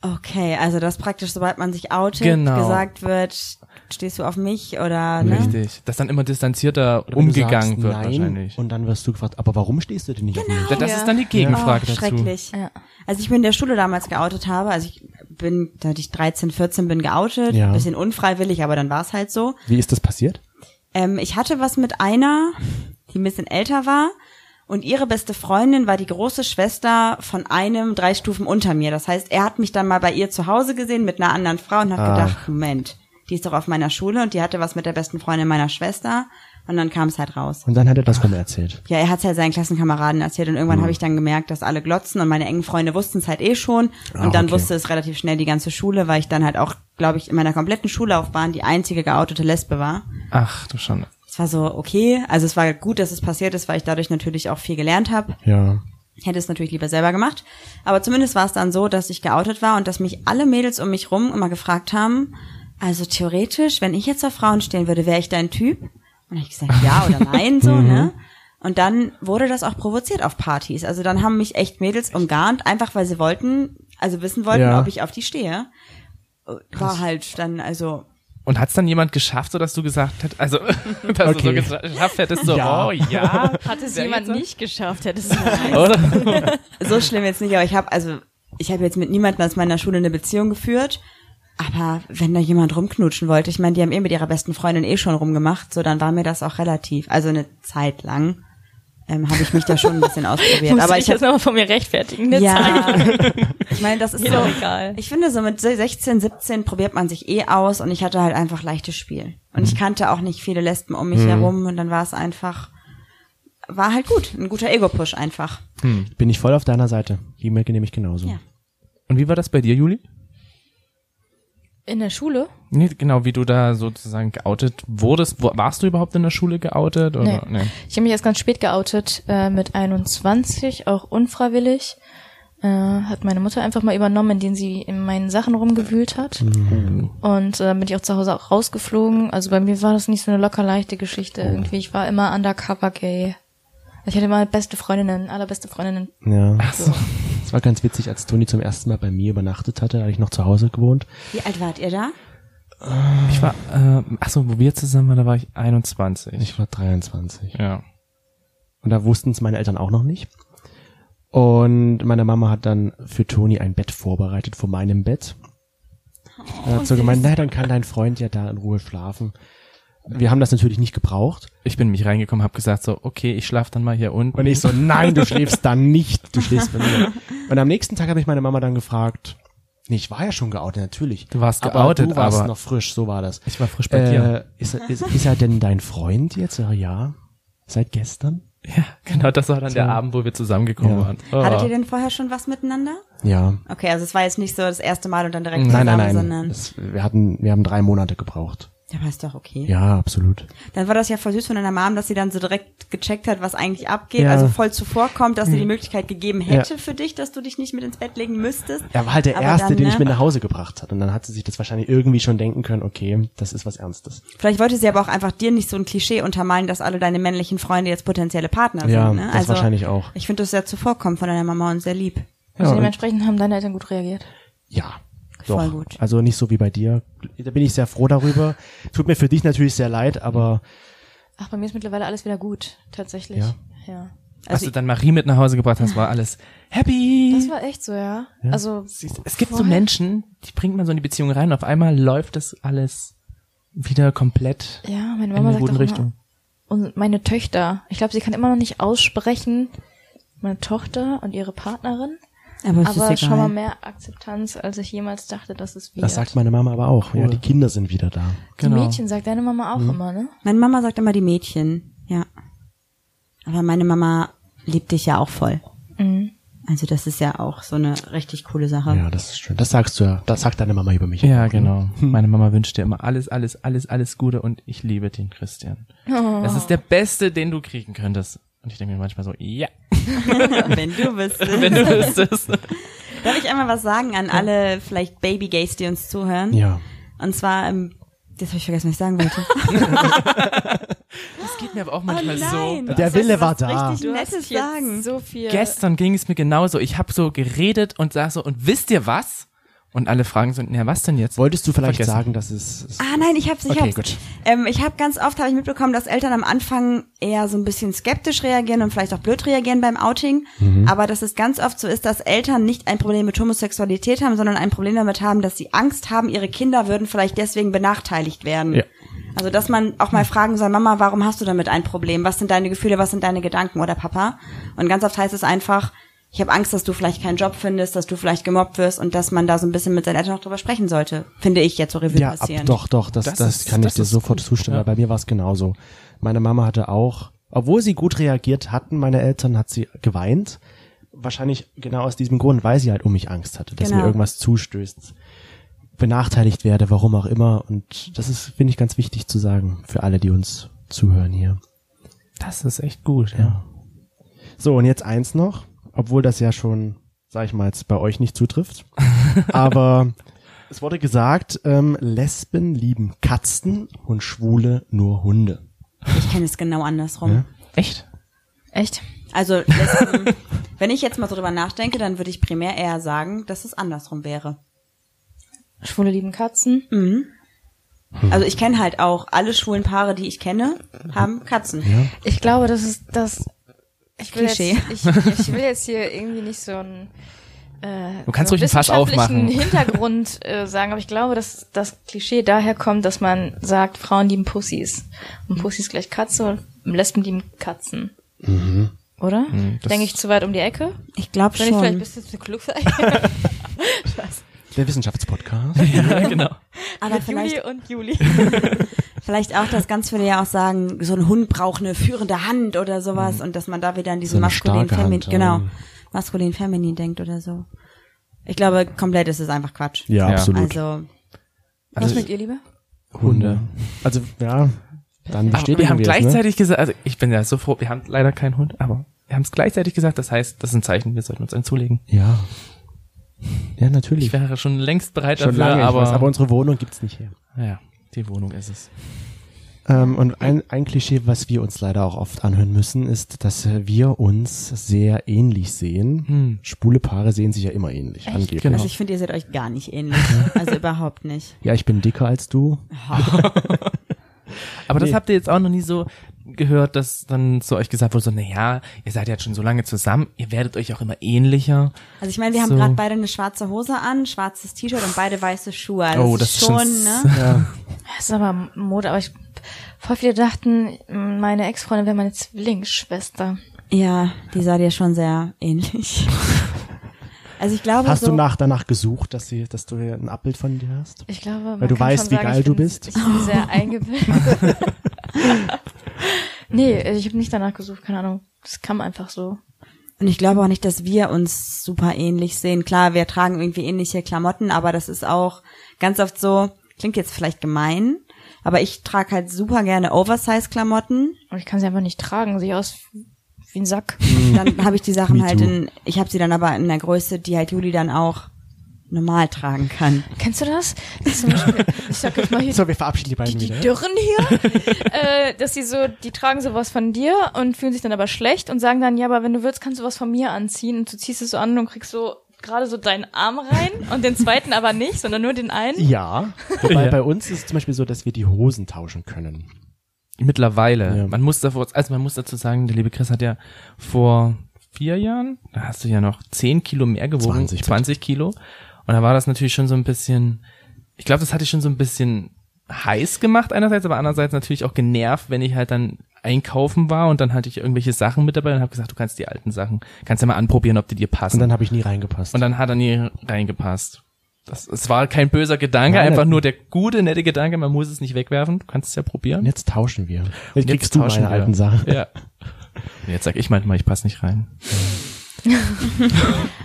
Okay, also das praktisch, sobald man sich outet, Genau. gesagt wird, stehst du auf mich oder ne? Richtig. Dass dann immer distanzierter Wenn du umgegangen sagst wird nein, Genau. wahrscheinlich. Und dann wirst du gefragt, aber warum stehst du denn nicht auf Da- mich? das Ja. ist dann die Gegenfrage oh, dazu. schrecklich. Ja. Als ich mir in der Schule damals geoutet habe, also ich bin, seit ich 13, 14 bin geoutet, Ja. bisschen unfreiwillig, aber dann war es halt so. Wie ist das passiert? Ähm, ich hatte was mit einer, die ein bisschen älter war. Und ihre beste Freundin war die große Schwester von einem drei Stufen unter mir. Das heißt, er hat mich dann mal bei ihr zu Hause gesehen mit einer anderen Frau und hat Ah. gedacht, Moment, die ist doch auf meiner Schule und die hatte was mit der besten Freundin meiner Schwester. Und dann kam es halt raus. Und dann hat er das rum erzählt. Ja, er hat's halt seinen Klassenkameraden erzählt und Hm. irgendwann habe ich dann gemerkt, dass alle glotzen und meine engen Freunde wussten es halt eh schon. Und Ah, dann okay. wusste es relativ schnell die ganze Schule, weil ich dann halt auch, glaube ich, in meiner kompletten Schullaufbahn die einzige geoutete Lesbe war. Ach du schon. Es war so okay, also es war gut, dass es passiert ist, weil ich dadurch natürlich auch viel gelernt habe. Ja. Ich hätte es natürlich lieber selber gemacht. Aber zumindest war es dann so, dass ich geoutet war und dass mich alle Mädels um mich rum immer gefragt haben, also theoretisch, wenn ich jetzt auf Frauen stehen würde, wäre ich dein Typ? Und dann habe ich gesagt, ja oder nein, so, ne? Und dann wurde das auch provoziert auf Partys. Also dann haben mich echt Mädels umgarnt, einfach weil sie wollten, also wissen wollten, Ja. ob ich auf die stehe. War halt dann, also, Und hat's dann jemand geschafft, so dass du gesagt hättest, also dass Okay. du so geschafft hättest, so Ja. oh ja. Hat es Wer jemand jetzt? nicht geschafft, hätte es gesagt. Oder? so schlimm jetzt nicht, aber ich habe also ich habe jetzt mit niemandem aus meiner Schule eine Beziehung geführt. Aber wenn da jemand rumknutschen wollte, ich meine, die haben eh mit ihrer besten Freundin eh schon rumgemacht, so dann war mir das auch relativ, also eine Zeit lang. ähm, habe ich mich da schon ein bisschen Ich ausprobiert. muss Aber ich ich jetzt hab, nochmal von mir rechtfertigen. Jetzt sag ja, ich meine, das ist ich, mir so, doch egal. ich finde so mit 16, 17 probiert man sich eh aus und ich hatte halt einfach leichtes Spiel. Und Mhm. ich kannte auch nicht viele Lesben um mich herum und dann war es einfach, war halt gut, ein guter Ego-Push einfach. Bin ich voll auf deiner Seite. E-Mail nehme ich genauso. Ja. Und wie war das bei dir, Juli? In der Schule? Nee, genau, wie du da sozusagen geoutet wurdest. Wo, warst du überhaupt in der Schule geoutet? Oder? Nee. Ich habe mich erst ganz spät geoutet, äh, mit 21, auch unfreiwillig. Äh, hat meine Mutter einfach mal übernommen, indem sie in meinen Sachen rumgewühlt hat. Und äh, bin ich auch zu Hause auch rausgeflogen. Also bei mir war das nicht so eine locker leichte Geschichte irgendwie. Ich war immer undercover gay. Ich hatte mal beste Freundinnen, allerbeste Freundinnen. Ja. Es war ganz witzig, als Toni zum ersten Mal bei mir übernachtet hatte, da hatte ich noch zu Hause gewohnt. Wie alt wart ihr da? Ich war, ähm, achso, wo wir zusammen waren, da war ich 21. Ich war 23. ja. Und da wussten es meine Eltern auch noch nicht. Und meine Mama hat dann für Toni ein Bett vorbereitet vor meinem Bett. dann hat sie gemeint, na, dann kann dein Freund ja da in Ruhe schlafen. Wir haben das natürlich nicht gebraucht. Ich bin mich reingekommen, habe gesagt so, okay, ich schlaf dann mal hier unten. Und ich so, nein, du schläfst da nicht, du schläfst bei mir. Und am nächsten Tag habe ich meine Mama dann gefragt, nee, ich war ja schon geoutet, natürlich. Du warst aber geoutet, du warst aber- noch frisch, so war das. Ich war frisch bei dir. Äh, ist, er- ist, ist er denn dein Freund jetzt? Ja, Ja, seit gestern? Ja, genau, das war dann der So. Abend, wo wir zusammengekommen Ja. waren. Oh. Hattet ihr denn vorher schon was miteinander? Ja. Okay, also es war jetzt nicht so das erste Mal und dann direkt Nein, zusammen, nein, nein. sondern Das, wir hatten, wir haben drei Monate gebraucht. ja, war es doch okay. Ja, absolut. Dann war das ja voll süß von deiner Mom, dass sie dann so direkt gecheckt hat, was eigentlich abgeht, Ja. Hm. also voll zuvorkommt, dass sie die Möglichkeit gegeben hätte Ja. für dich, dass du dich nicht mit ins Bett legen müsstest. Er war halt der Aber Erste, dann, den ich ne? mit nach Hause gebracht hat. Und dann hat sie sich das wahrscheinlich irgendwie schon denken können, okay, das ist was Ernstes. Vielleicht wollte sie aber auch einfach dir nicht so ein Klischee untermalen, dass alle deine männlichen Freunde jetzt potenzielle Partner Ja, sind. Ne? das wahrscheinlich auch. Ich finde das sehr zuvorkommen von deiner Mama und sehr lieb. Also und- dementsprechend haben deine Eltern gut reagiert. Ja. Doch. Voll gut. Also nicht so wie bei dir. Da bin ich sehr froh darüber. Tut mir für dich natürlich sehr leid, aber Ach, bei mir ist mittlerweile alles wieder gut, tatsächlich. Ja. ja. Als Also du dann Marie mit nach Hause gebracht hast, war alles happy. also Das war echt so, ja. Also Siehst du, es gibt so voll. Menschen, die bringt man so in die Beziehung rein und auf einmal läuft das alles wieder komplett Ja, meine in Mama eine sagt auch gute immer, Richtung. und meine Töchter. Ich glaube, sie kann immer noch nicht aussprechen, meine Tochter und ihre Partnerin. Aber, es aber ist schon mal egal. mehr Akzeptanz, als ich jemals dachte, dass es wird. das sagt meine Mama aber auch. Ja, die Kinder sind wieder da. Die Mädchen sagt deine Mama auch immer, ne? Meine Mama sagt immer die Mädchen, ja. Aber meine Mama liebt dich ja auch voll. Mhm. Also das ist ja auch so eine richtig coole Sache. Ja, das ist schön. Das sagst du ja. Das sagt deine Mama über mich. Ja, genau. Meine Mama wünscht dir immer alles, alles, alles, alles Gute und ich liebe den Christian. Das ist der Beste, den du kriegen könntest. Und ich denke mir manchmal so, ja, Wenn du bist. wenn du wüsstest. Darf ich einmal was sagen an alle vielleicht Baby-Gays, die uns zuhören? Ja. Und zwar, ähm, das habe ich vergessen, was ich sagen wollte. Das geht mir aber auch manchmal so. Der Wille war da. Richtig nettes jetzt Sagen. so viel. Gestern ging es mir genauso. Ich habe so geredet und sag so, und wisst ihr was? Und alle fragen so, na, was denn jetzt? Wolltest du vielleicht Vergessen. sagen, dass es, es Ah nein, ich hab's, ich Okay, hab's. gut. Ähm, ich habe ganz oft habe ich mitbekommen, dass Eltern am Anfang eher so ein bisschen skeptisch reagieren und vielleicht auch blöd reagieren beim Outing, Mhm. aber dass es ganz oft so ist, dass Eltern nicht ein Problem mit Homosexualität haben, sondern ein Problem damit haben, dass sie Angst haben, ihre Kinder würden vielleicht deswegen benachteiligt werden. Ja. Also, dass man auch mal fragen soll, Mama, warum hast du damit ein Problem? Was sind deine Gefühle, was sind deine Gedanken oder Papa? Und ganz oft heißt es einfach, ich habe Angst, dass du vielleicht keinen Job findest, dass du vielleicht gemobbt wirst und dass man da so ein bisschen mit seinen Eltern auch drüber sprechen sollte, finde ich jetzt so Revue Ja, ab, passieren. doch, doch, das, Das das, ist- kann das ich dir ist sofort gut, zustimmen. ja. weil Bei mir war es genauso. Meine Mama hatte auch, obwohl sie gut reagiert hatten, meine Eltern, hat sie geweint. Wahrscheinlich genau aus diesem Grund, weil sie halt um mich Angst hatte, dass Genau. mir irgendwas zustößt, benachteiligt werde, warum auch immer. Und das ist, finde ich, ganz wichtig zu sagen für alle, die uns zuhören hier. Das ist echt gut, ja. So, und jetzt eins noch, obwohl das ja schon, sag ich mal, jetzt bei euch nicht zutrifft. Aber es wurde gesagt, ähm, Lesben lieben Katzen und Schwule nur Hunde. Ich kenne es genau andersrum. Echt? Echt? Also, Lesben, wenn ich jetzt mal drüber nachdenke, dann würde ich primär eher sagen, dass es andersrum wäre. Schwule lieben Katzen. Hm. Also, ich kenne halt auch alle schwulen Paare, die ich kenne, haben Katzen. Ich glaube, das ist das. Ich will, jetzt, Klischee. ich, ich will jetzt hier irgendwie nicht so ein äh, Du kannst so ruhig den Fass aufmachen. wissenschaftlichen Hintergrund äh, sagen, aber ich glaube, dass das Klischee daher kommt, dass man sagt, Frauen lieben Pussys. Und Pussys gleich Katze und Lesben lieben Katzen. Oder? Mhm, das- Denke ich zu weit um die Ecke? Ich glaube Bin ich vielleicht ein schon. bisschen zu klugscheißer? Der Wissenschaftspodcast. ja, genau. Aber Mit vielleicht, Juli und Juli. Also vielleicht auch, dass ganz viele ja auch sagen, so ein Hund braucht eine führende Hand oder sowas und dass man da wieder an diesen Hm. So eine maskulin starke feminin Hand, ja. genau, maskulin feminin denkt oder so. Ich glaube, komplett ist es einfach Quatsch. Ja, Ja. absolut. Also, Was mögt ihr lieber? Hunde. Also, ja, dann Aber bestätigen wir haben es, ne? gleichzeitig gesagt, also ich bin ja so froh, wir haben leider keinen Hund, aber wir haben es gleichzeitig gesagt, das heißt, das ist ein Zeichen, wir sollten uns einen zulegen. Ne? Ja. Ja, natürlich. Ich wäre schon längst bereit Schon dafür, lange, aber, aber, ich weiß, aber unsere Wohnung gibt's nicht her. ja, die Wohnung ist es. Ähm, und ein, ein Klischee, was wir uns leider auch oft anhören müssen, ist, dass äh, wir uns sehr ähnlich sehen. Hm. Schwule Paare sehen sich ja immer ähnlich, angeblich. Genau. also ich finde, ihr seid euch gar nicht ähnlich. Also überhaupt nicht. Ja, ich bin dicker als du. Aber das Nee. habt ihr jetzt auch noch nie so gehört, dass dann zu euch gesagt wurde, so, naja, ihr seid ja jetzt schon so lange zusammen, ihr werdet euch auch immer ähnlicher. Also ich meine, wir haben So. gerade beide eine schwarze Hose an, schwarzes T-Shirt und beide weiße Schuhe. Also Oh, das das ist ist schon, schon- ne? Das ist aber Mode, aber ich, voll viele dachten, meine Ex-Freundin wäre meine Zwillingsschwester. Ja, die sah dir schon sehr ähnlich. Also ich glaube Hast so, du nach, danach gesucht, dass, sie, dass du ein Abbild von dir hast? Ich glaube, man Weil du kann weißt, schon wie sagen, geil ich du bin, bist. Ich bin sehr eingebildet. nee, ich habe nicht danach gesucht, keine Ahnung. Das kam einfach so. und ich glaube auch nicht, dass wir uns super ähnlich sehen. Klar, wir tragen irgendwie ähnliche Klamotten, aber das ist auch ganz oft so, klingt jetzt vielleicht gemein, aber ich trage halt super gerne Oversize-Klamotten. Und ich kann sie einfach nicht tragen. Sehe aus wie ein Sack. Dann habe ich die Sachen Me halt too. in, ich habe sie dann aber in einer Größe, die halt Juli dann auch normal tragen kann. Kennst du das? Dass zum Beispiel, ich sag jetzt mal hier So, wir verabschieden die die, beiden die wieder. Dürren hier, äh, dass sie so, die tragen sowas von dir und fühlen sich dann aber schlecht und sagen dann, ja, aber wenn du willst, kannst du was von mir anziehen und du ziehst es so an und kriegst so gerade so deinen Arm rein und den zweiten aber nicht, sondern nur den einen. Ja, wobei Ja. bei uns ist es zum Beispiel so, dass wir die Hosen tauschen können. Mittlerweile. Ja. Man muss davor, also man muss dazu sagen, der liebe Chris hat ja vor vier Jahren, da hast du ja noch zehn Kilo mehr gewogen, 20 20, bitte. Kilo. Und da war das natürlich schon so ein bisschen, ich glaube, das hatte ich schon so ein bisschen heiß gemacht einerseits, aber andererseits natürlich auch genervt, wenn ich halt dann einkaufen war und dann hatte ich irgendwelche Sachen mit dabei und habe gesagt, du kannst die alten Sachen, kannst ja mal anprobieren, ob die dir passen. Und dann habe ich nie reingepasst. Und dann hat er nie reingepasst. Das, es war kein böser Gedanke, Nein, einfach nein. nur der gute, nette Gedanke, man muss es nicht wegwerfen, du kannst es ja probieren. und jetzt tauschen wir. Jetzt Und kriegst du tauschen meine wir. alten Sachen. Ja. Und jetzt sag ich manchmal, ich passe nicht rein.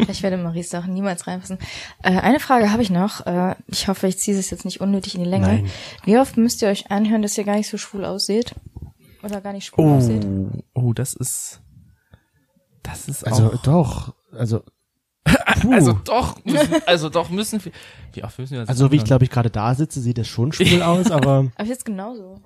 Ich werde Maries Sachen niemals reinpassen. Äh, eine Frage habe ich noch. Äh, ich hoffe, ich ziehe es jetzt nicht unnötig in die Länge. Nein. Wie oft müsst ihr euch anhören, dass ihr gar nicht so schwul ausseht? Oder gar nicht schwul ausseht? oh, das ist, das ist Also auch. doch, also puh. Also Also, doch, müssen, also doch müssen wir. Wie oft müssen wir das wie ich anhören? glaube ich gerade da sitze, sieht das schon schwul aus, aber Aber jetzt genauso.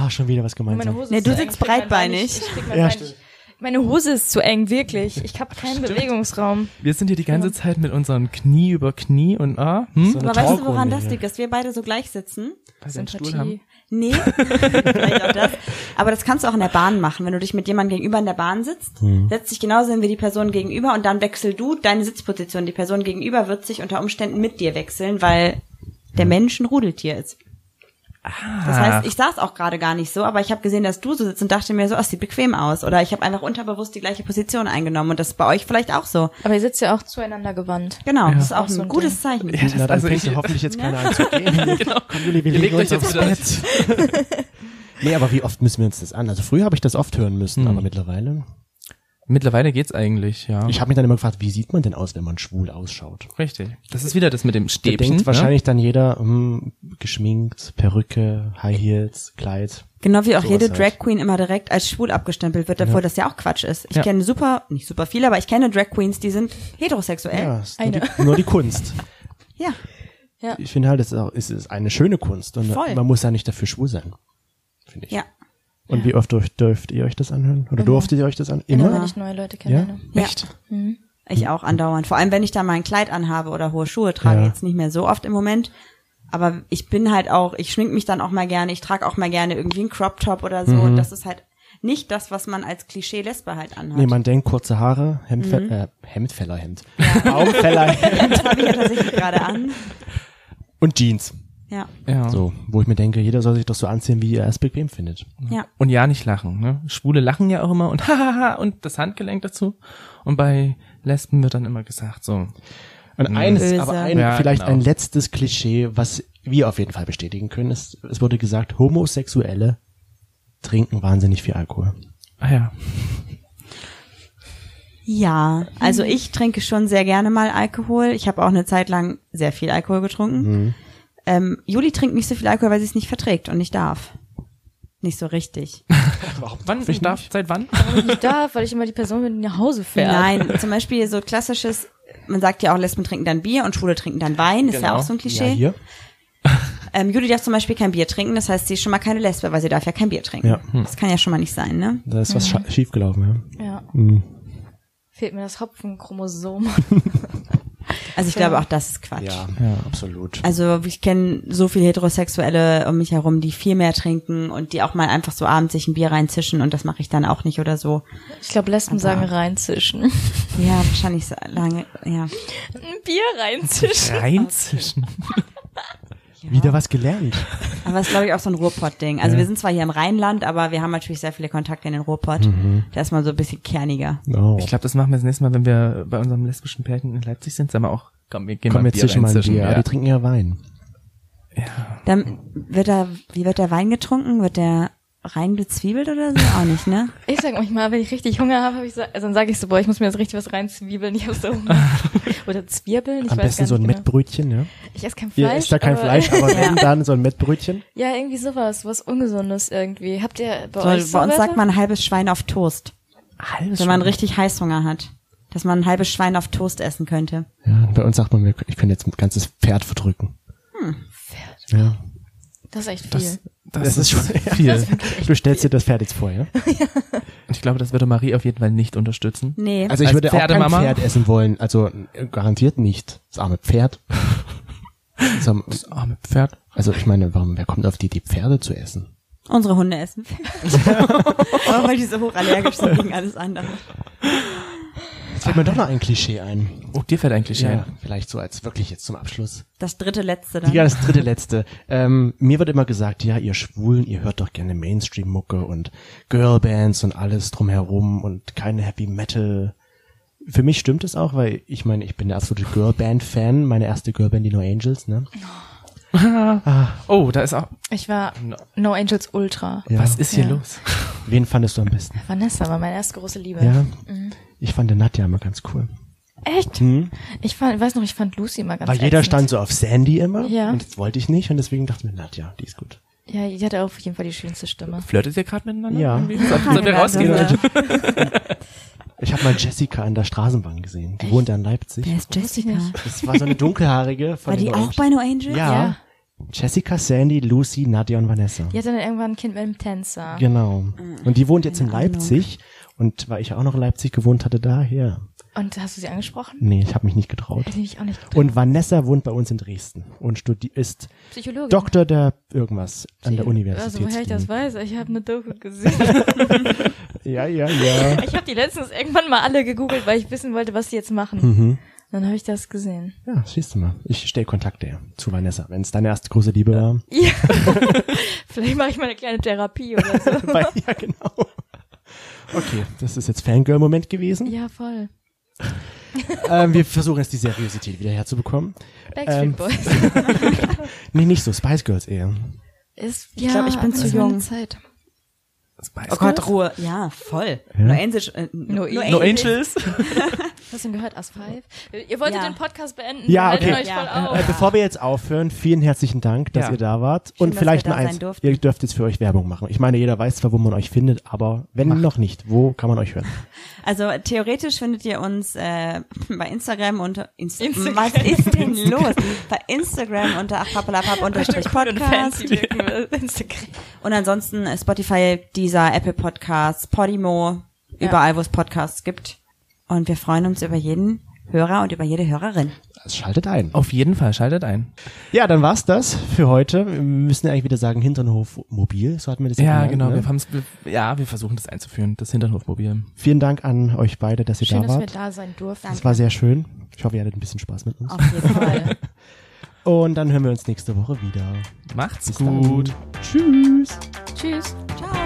ah, schon wieder was Meine gemeinsam. Hose Nee, ist du zu sitzt eng. Ich krieg mein Bein breitbeinig. nicht. Ich krieg mein Ja, Bein nicht. Meine Hose ist zu eng, wirklich. Ich habe keinen Bewegungsraum. Wir sind hier die ganze Zeit mit unseren Knie über Knie und ah, hm? So eine Aber weißt du, Talkrunde woran das hier. liegt, dass wir beide so gleich sitzen? Weil wir einen Stuhl Sympathie. Nee, vielleicht auch das. Aber das kannst du auch in der Bahn machen, wenn du dich mit jemandem gegenüber in der Bahn sitzt, setzt dich genauso hin wie die Person gegenüber und dann wechsel du deine Sitzposition. Die Person gegenüber wird sich unter Umständen mit dir wechseln, weil der Mensch ein Rudeltier ist. Das heißt, ich saß auch gerade gar nicht so, aber ich habe gesehen, dass du so sitzt und dachte mir so, oh, es sieht bequem aus. Oder ich habe einfach unterbewusst die gleiche Position eingenommen und das ist bei euch vielleicht auch so. Aber ihr sitzt ja auch zueinander gewandt. Genau, das ist auch, Auch so ein ein gutes Zeichen. Na, dann also fängt ich- ihr hoffentlich jetzt keiner an zu gehen. genau. Komm, Juli, wir Ihr legen legt uns euch aufs jetzt Bett. nee, aber wie oft müssen wir uns das an? Also früher habe ich das oft hören müssen, aber mittlerweile. Mittlerweile geht's eigentlich, ja. Ich habe mich dann immer gefragt, wie sieht man denn aus, wenn man schwul ausschaut? Richtig. Das ist wieder das mit dem Da Stäbchen. denkt ne? wahrscheinlich dann jeder, hm, geschminkt, Perücke, High Heels, Kleid. Genau wie auch Sowas jede halt. Drag Queen immer direkt als schwul abgestempelt wird, davor, dass ja auch Quatsch ist. Ich Ja. kenne super, nicht super viele, aber ich kenne Drag Queens, die sind heterosexuell. Ja, Ja. ist nur, die, Eine. nur die Kunst. Ja. Ich finde halt, es ist, auch- es ist eine schöne Kunst und Voll. man muss ja nicht dafür schwul sein. Finde ich. Ja. Und wie oft dürft, dürft ihr euch das anhören? Oder durftet ihr euch das an? Immer wenn Immer? ich neue Leute Ja? kennenlerne. Echt? Hm. Ich auch andauernd. Vor allem, wenn ich da mal ein Kleid anhabe oder hohe Schuhe trage, Ja. jetzt nicht mehr so oft im Moment. Aber ich bin halt auch, ich schmink mich dann auch mal gerne, ich trage auch mal gerne irgendwie einen Crop Top oder so. Mhm. Und das ist halt nicht das, was man als Klischee Lesbe halt anhat. Nee, man denkt, kurze Haare, Hemdfe Mhm. äh, Hemdfällerhemd. Baumfällerhemd das habe ich ja tatsächlich gerade an. und Jeans. Ja. Ja. So, wo ich mir denke, jeder soll sich das so anziehen, wie er es bequem findet. Ja. Und ja, nicht lachen. Ne? Schwule lachen ja auch immer und hahaha und das Handgelenk dazu. Und bei Lesben wird dann immer gesagt so. Und eines, Böse. aber ein, Ja, Mhm. vielleicht genau. ein letztes Klischee, was wir auf jeden Fall bestätigen können, ist, es wurde gesagt, Homosexuelle trinken wahnsinnig viel Alkohol. Ah ja. Ja, also Mhm. ich trinke schon sehr gerne mal Alkohol. Ich habe auch eine Zeit lang sehr viel Alkohol getrunken. Mhm. Ähm, Juli trinkt nicht so viel Alkohol, weil sie es nicht verträgt und nicht darf. Nicht so richtig. Wann? Ich darf, seit wann? Ich darf, weil ich immer die Person bin, die nach Hause fährt. Nein, zum Beispiel so klassisches, man sagt ja auch, Lesben trinken dann Bier und Schwule trinken dann Wein, ist ja Genau. auch so ein Ja, Klischee. hier. Ähm, Juli darf zum Beispiel kein Bier trinken, das heißt, sie ist schon mal keine Lesbe, weil sie darf ja kein Bier trinken. Ja. Hm. Das kann ja schon mal nicht sein, ne? Da ist was scha- schiefgelaufen, ja. Ja. Fehlt mir das Hopfenchromosom. Also ich glaube, auch das ist Quatsch. ja, absolut. Also ich kenne so viele Heterosexuelle um mich herum, die viel mehr trinken und die auch mal einfach so abends sich ein Bier reinzischen und das mache ich dann auch nicht oder so. Ich glaube, Lesben sagen reinzischen. Ja, wahrscheinlich so lange, ja. Ein Bier reinzischen. Reinzischen. Wieder was gelernt. Aber es ist, glaube ich, auch so ein Ruhrpott-Ding. Also wir sind zwar hier im Rheinland, aber wir haben natürlich sehr viele Kontakte in den Ruhrpott. Da ist man so ein bisschen kerniger. Oh. Ich glaube, das machen wir das nächste Mal, wenn wir bei unserem lesbischen Pärchen in Leipzig sind. Sagen wir auch, komm, wir gehen Komm mal jetzt Bier zwischen mal ein reinzischen. Bier. Ja. Ja. Die trinken ja Wein. Dann wird da, wie wird der Wein getrunken? Wird der reingezwiebelt oder so? Auch nicht, ne? Ich sag manchmal, wenn ich richtig Hunger habe, hab ich so, also dann sage ich so, boah, ich muss mir jetzt richtig was reinzwiebeln. Ich hab so Hunger. Oder Zwiebeln, ich Am weiß besten gar so ein nicht genau. Mettbrötchen, ja. Ich esse kein Fleisch. Ihr isst da kein aber- Fleisch, aber wenn dann so ein Mettbrötchen. Ja, irgendwie sowas, was Ungesundes irgendwie. Habt ihr bei So, euch so bei uns Wörter? sagt man halbes Schwein auf Toast, Halbes wenn man richtig Heißhunger hat. Dass man ein halbes Schwein auf Toast essen könnte. Ja, bei uns sagt man, wir- ich könnte jetzt ein ganzes Pferd verdrücken. Hm. Pferd. Ja. Das ist echt viel. Das, das, Das ist ist schon- viel. Du stellst dir das Pferd jetzt vor, ja? Und ich glaube, das würde Marie auf jeden Fall nicht unterstützen. Nee. Also ich Als würde auch kein Pferdemama? Pferd essen wollen. Also äh, garantiert nicht. Das arme Pferd. Das arme- Arme Pferd. Also ich meine, warum, wer kommt auf die Idee, Pferde zu essen? Unsere Hunde essen. Aber weil die so hochallergisch sind gegen alles andere. Jetzt fällt mir doch noch ein Klischee ein. Oh, dir fällt ein Klischee Ja, ein. vielleicht so als wirklich jetzt zum Abschluss. Das dritte letzte dann. Ja, das dritte letzte. Ähm, mir wird immer gesagt, ja, ihr Schwulen, ihr hört doch gerne Mainstream-Mucke und Girlbands und alles drumherum und keine Happy Metal. Für mich stimmt es auch, weil ich meine, ich bin der absolute Girlband-Fan. Meine erste Girlband, die No Angels, ne? Oh, da ist auch. Ich war No Angels Ultra. Ja. Was ist hier Ja. los? Wen fandest du am besten? Vanessa war meine erste große Liebe. Ja. Mhm. Ich fand den Nadja immer ganz cool. Echt? Ich fand, weiß noch, ich fand Lucy immer ganz Mhm. Weil jeder ätzend. stand so auf Sandy immer. Ja. Und das wollte ich nicht und deswegen dachte ich mir, Nadja, die ist gut. Ja, die hatte auf jeden Fall die schönste Stimme. Flirtet ihr gerade miteinander? Ja. Irgendwie? Sollt- Sollt ihr Ja, rausgehen? das ist- Ich habe mal Jessica an der Straßenbahn gesehen. Die wohnte in Wer Leipzig. ist Jessica? Das war so eine dunkelhaarige von War die den auch Orangen. bei No Angels? ja. Ja. Jessica, Sandy, Lucy, Nadja und Vanessa. Die hatte dann irgendwann ein Kind mit einem Tänzer. Genau. Mhm. Und die wohnt jetzt in Ahnung. Leipzig. Und weil ich ja auch noch in Leipzig gewohnt hatte, daher. Und hast du sie angesprochen? Nee, ich habe mich nicht getraut. Hätte ich auch nicht gedacht. Und Vanessa wohnt bei uns in Dresden und studi ist Psychologin. Doktor der irgendwas an der Universität. Also woher ich das weiß, ich habe eine Doku gesehen. Ja, ja, ja. ich habe die letztens irgendwann mal alle gegoogelt, weil ich wissen wollte, was sie jetzt machen. Mhm. Dann habe ich das gesehen. Ja, siehst du mal. Ich stelle Kontakte her zu Vanessa, wenn es deine erste große Liebe war. Ja. Vielleicht mache ich mal eine kleine Therapie oder so. Weil- ja, genau. Okay, das ist jetzt Fangirl-Moment gewesen. Ja, voll. Ähm, wir versuchen jetzt die Seriosität wieder herzubekommen. Backstreet Ähm, Boys. Nee, nicht so, Spice Girls eher. Ist, ja, glaub, ich bin zu ist meine jung. Zeit. Oh Gott, Ruhe. Ja, voll. No Angels. Äh, No Angels. No Angels? Hast du denn gehört? As Five? Ihr wolltet Ja. den Podcast beenden. Ja, Wir halten okay. Euch Ja. voll Äh, auf. bevor wir jetzt aufhören, vielen herzlichen Dank, dass Ja. ihr da wart. Schön, Und dass vielleicht wir nur da eins, sein durften. ihr dürft jetzt für euch Werbung machen. Ich meine, jeder weiß zwar, wo man euch findet, aber wenn noch nicht, wo kann man euch hören? Also äh, theoretisch findet ihr uns äh, bei Instagram unter Inst Instagram. Was ist denn los? Bei Instagram unter achpapalapap unterstrich Cool und Podcast. fancy wirken wir auf Instagram. Und ansonsten äh, Spotify, dieser Apple Podcasts, Podimo, Ja. überall wo es Podcasts gibt. Und wir freuen uns über jeden Hörer und über jede Hörerin. Also Schaltet ein. Auf jeden Fall, schaltet ein. Ja, dann war's das für heute. Wir müssen ja eigentlich wieder sagen, Hinternhof mobil, so hatten wir das Ja, genannt, genau. Ne? Wir haben's, wir, ja, wir versuchen das einzuführen, das Hinternhofmobil. Vielen Dank an euch beide, dass ihr Schön, da dass wir wart. da sein durften. Es war sehr schön. Ich hoffe, ihr hattet ein bisschen Spaß mit uns. Auf jeden Fall. Und dann hören wir uns nächste Woche wieder. Macht's Bis gut. Dann. Tschüss. Tschüss. Ciao.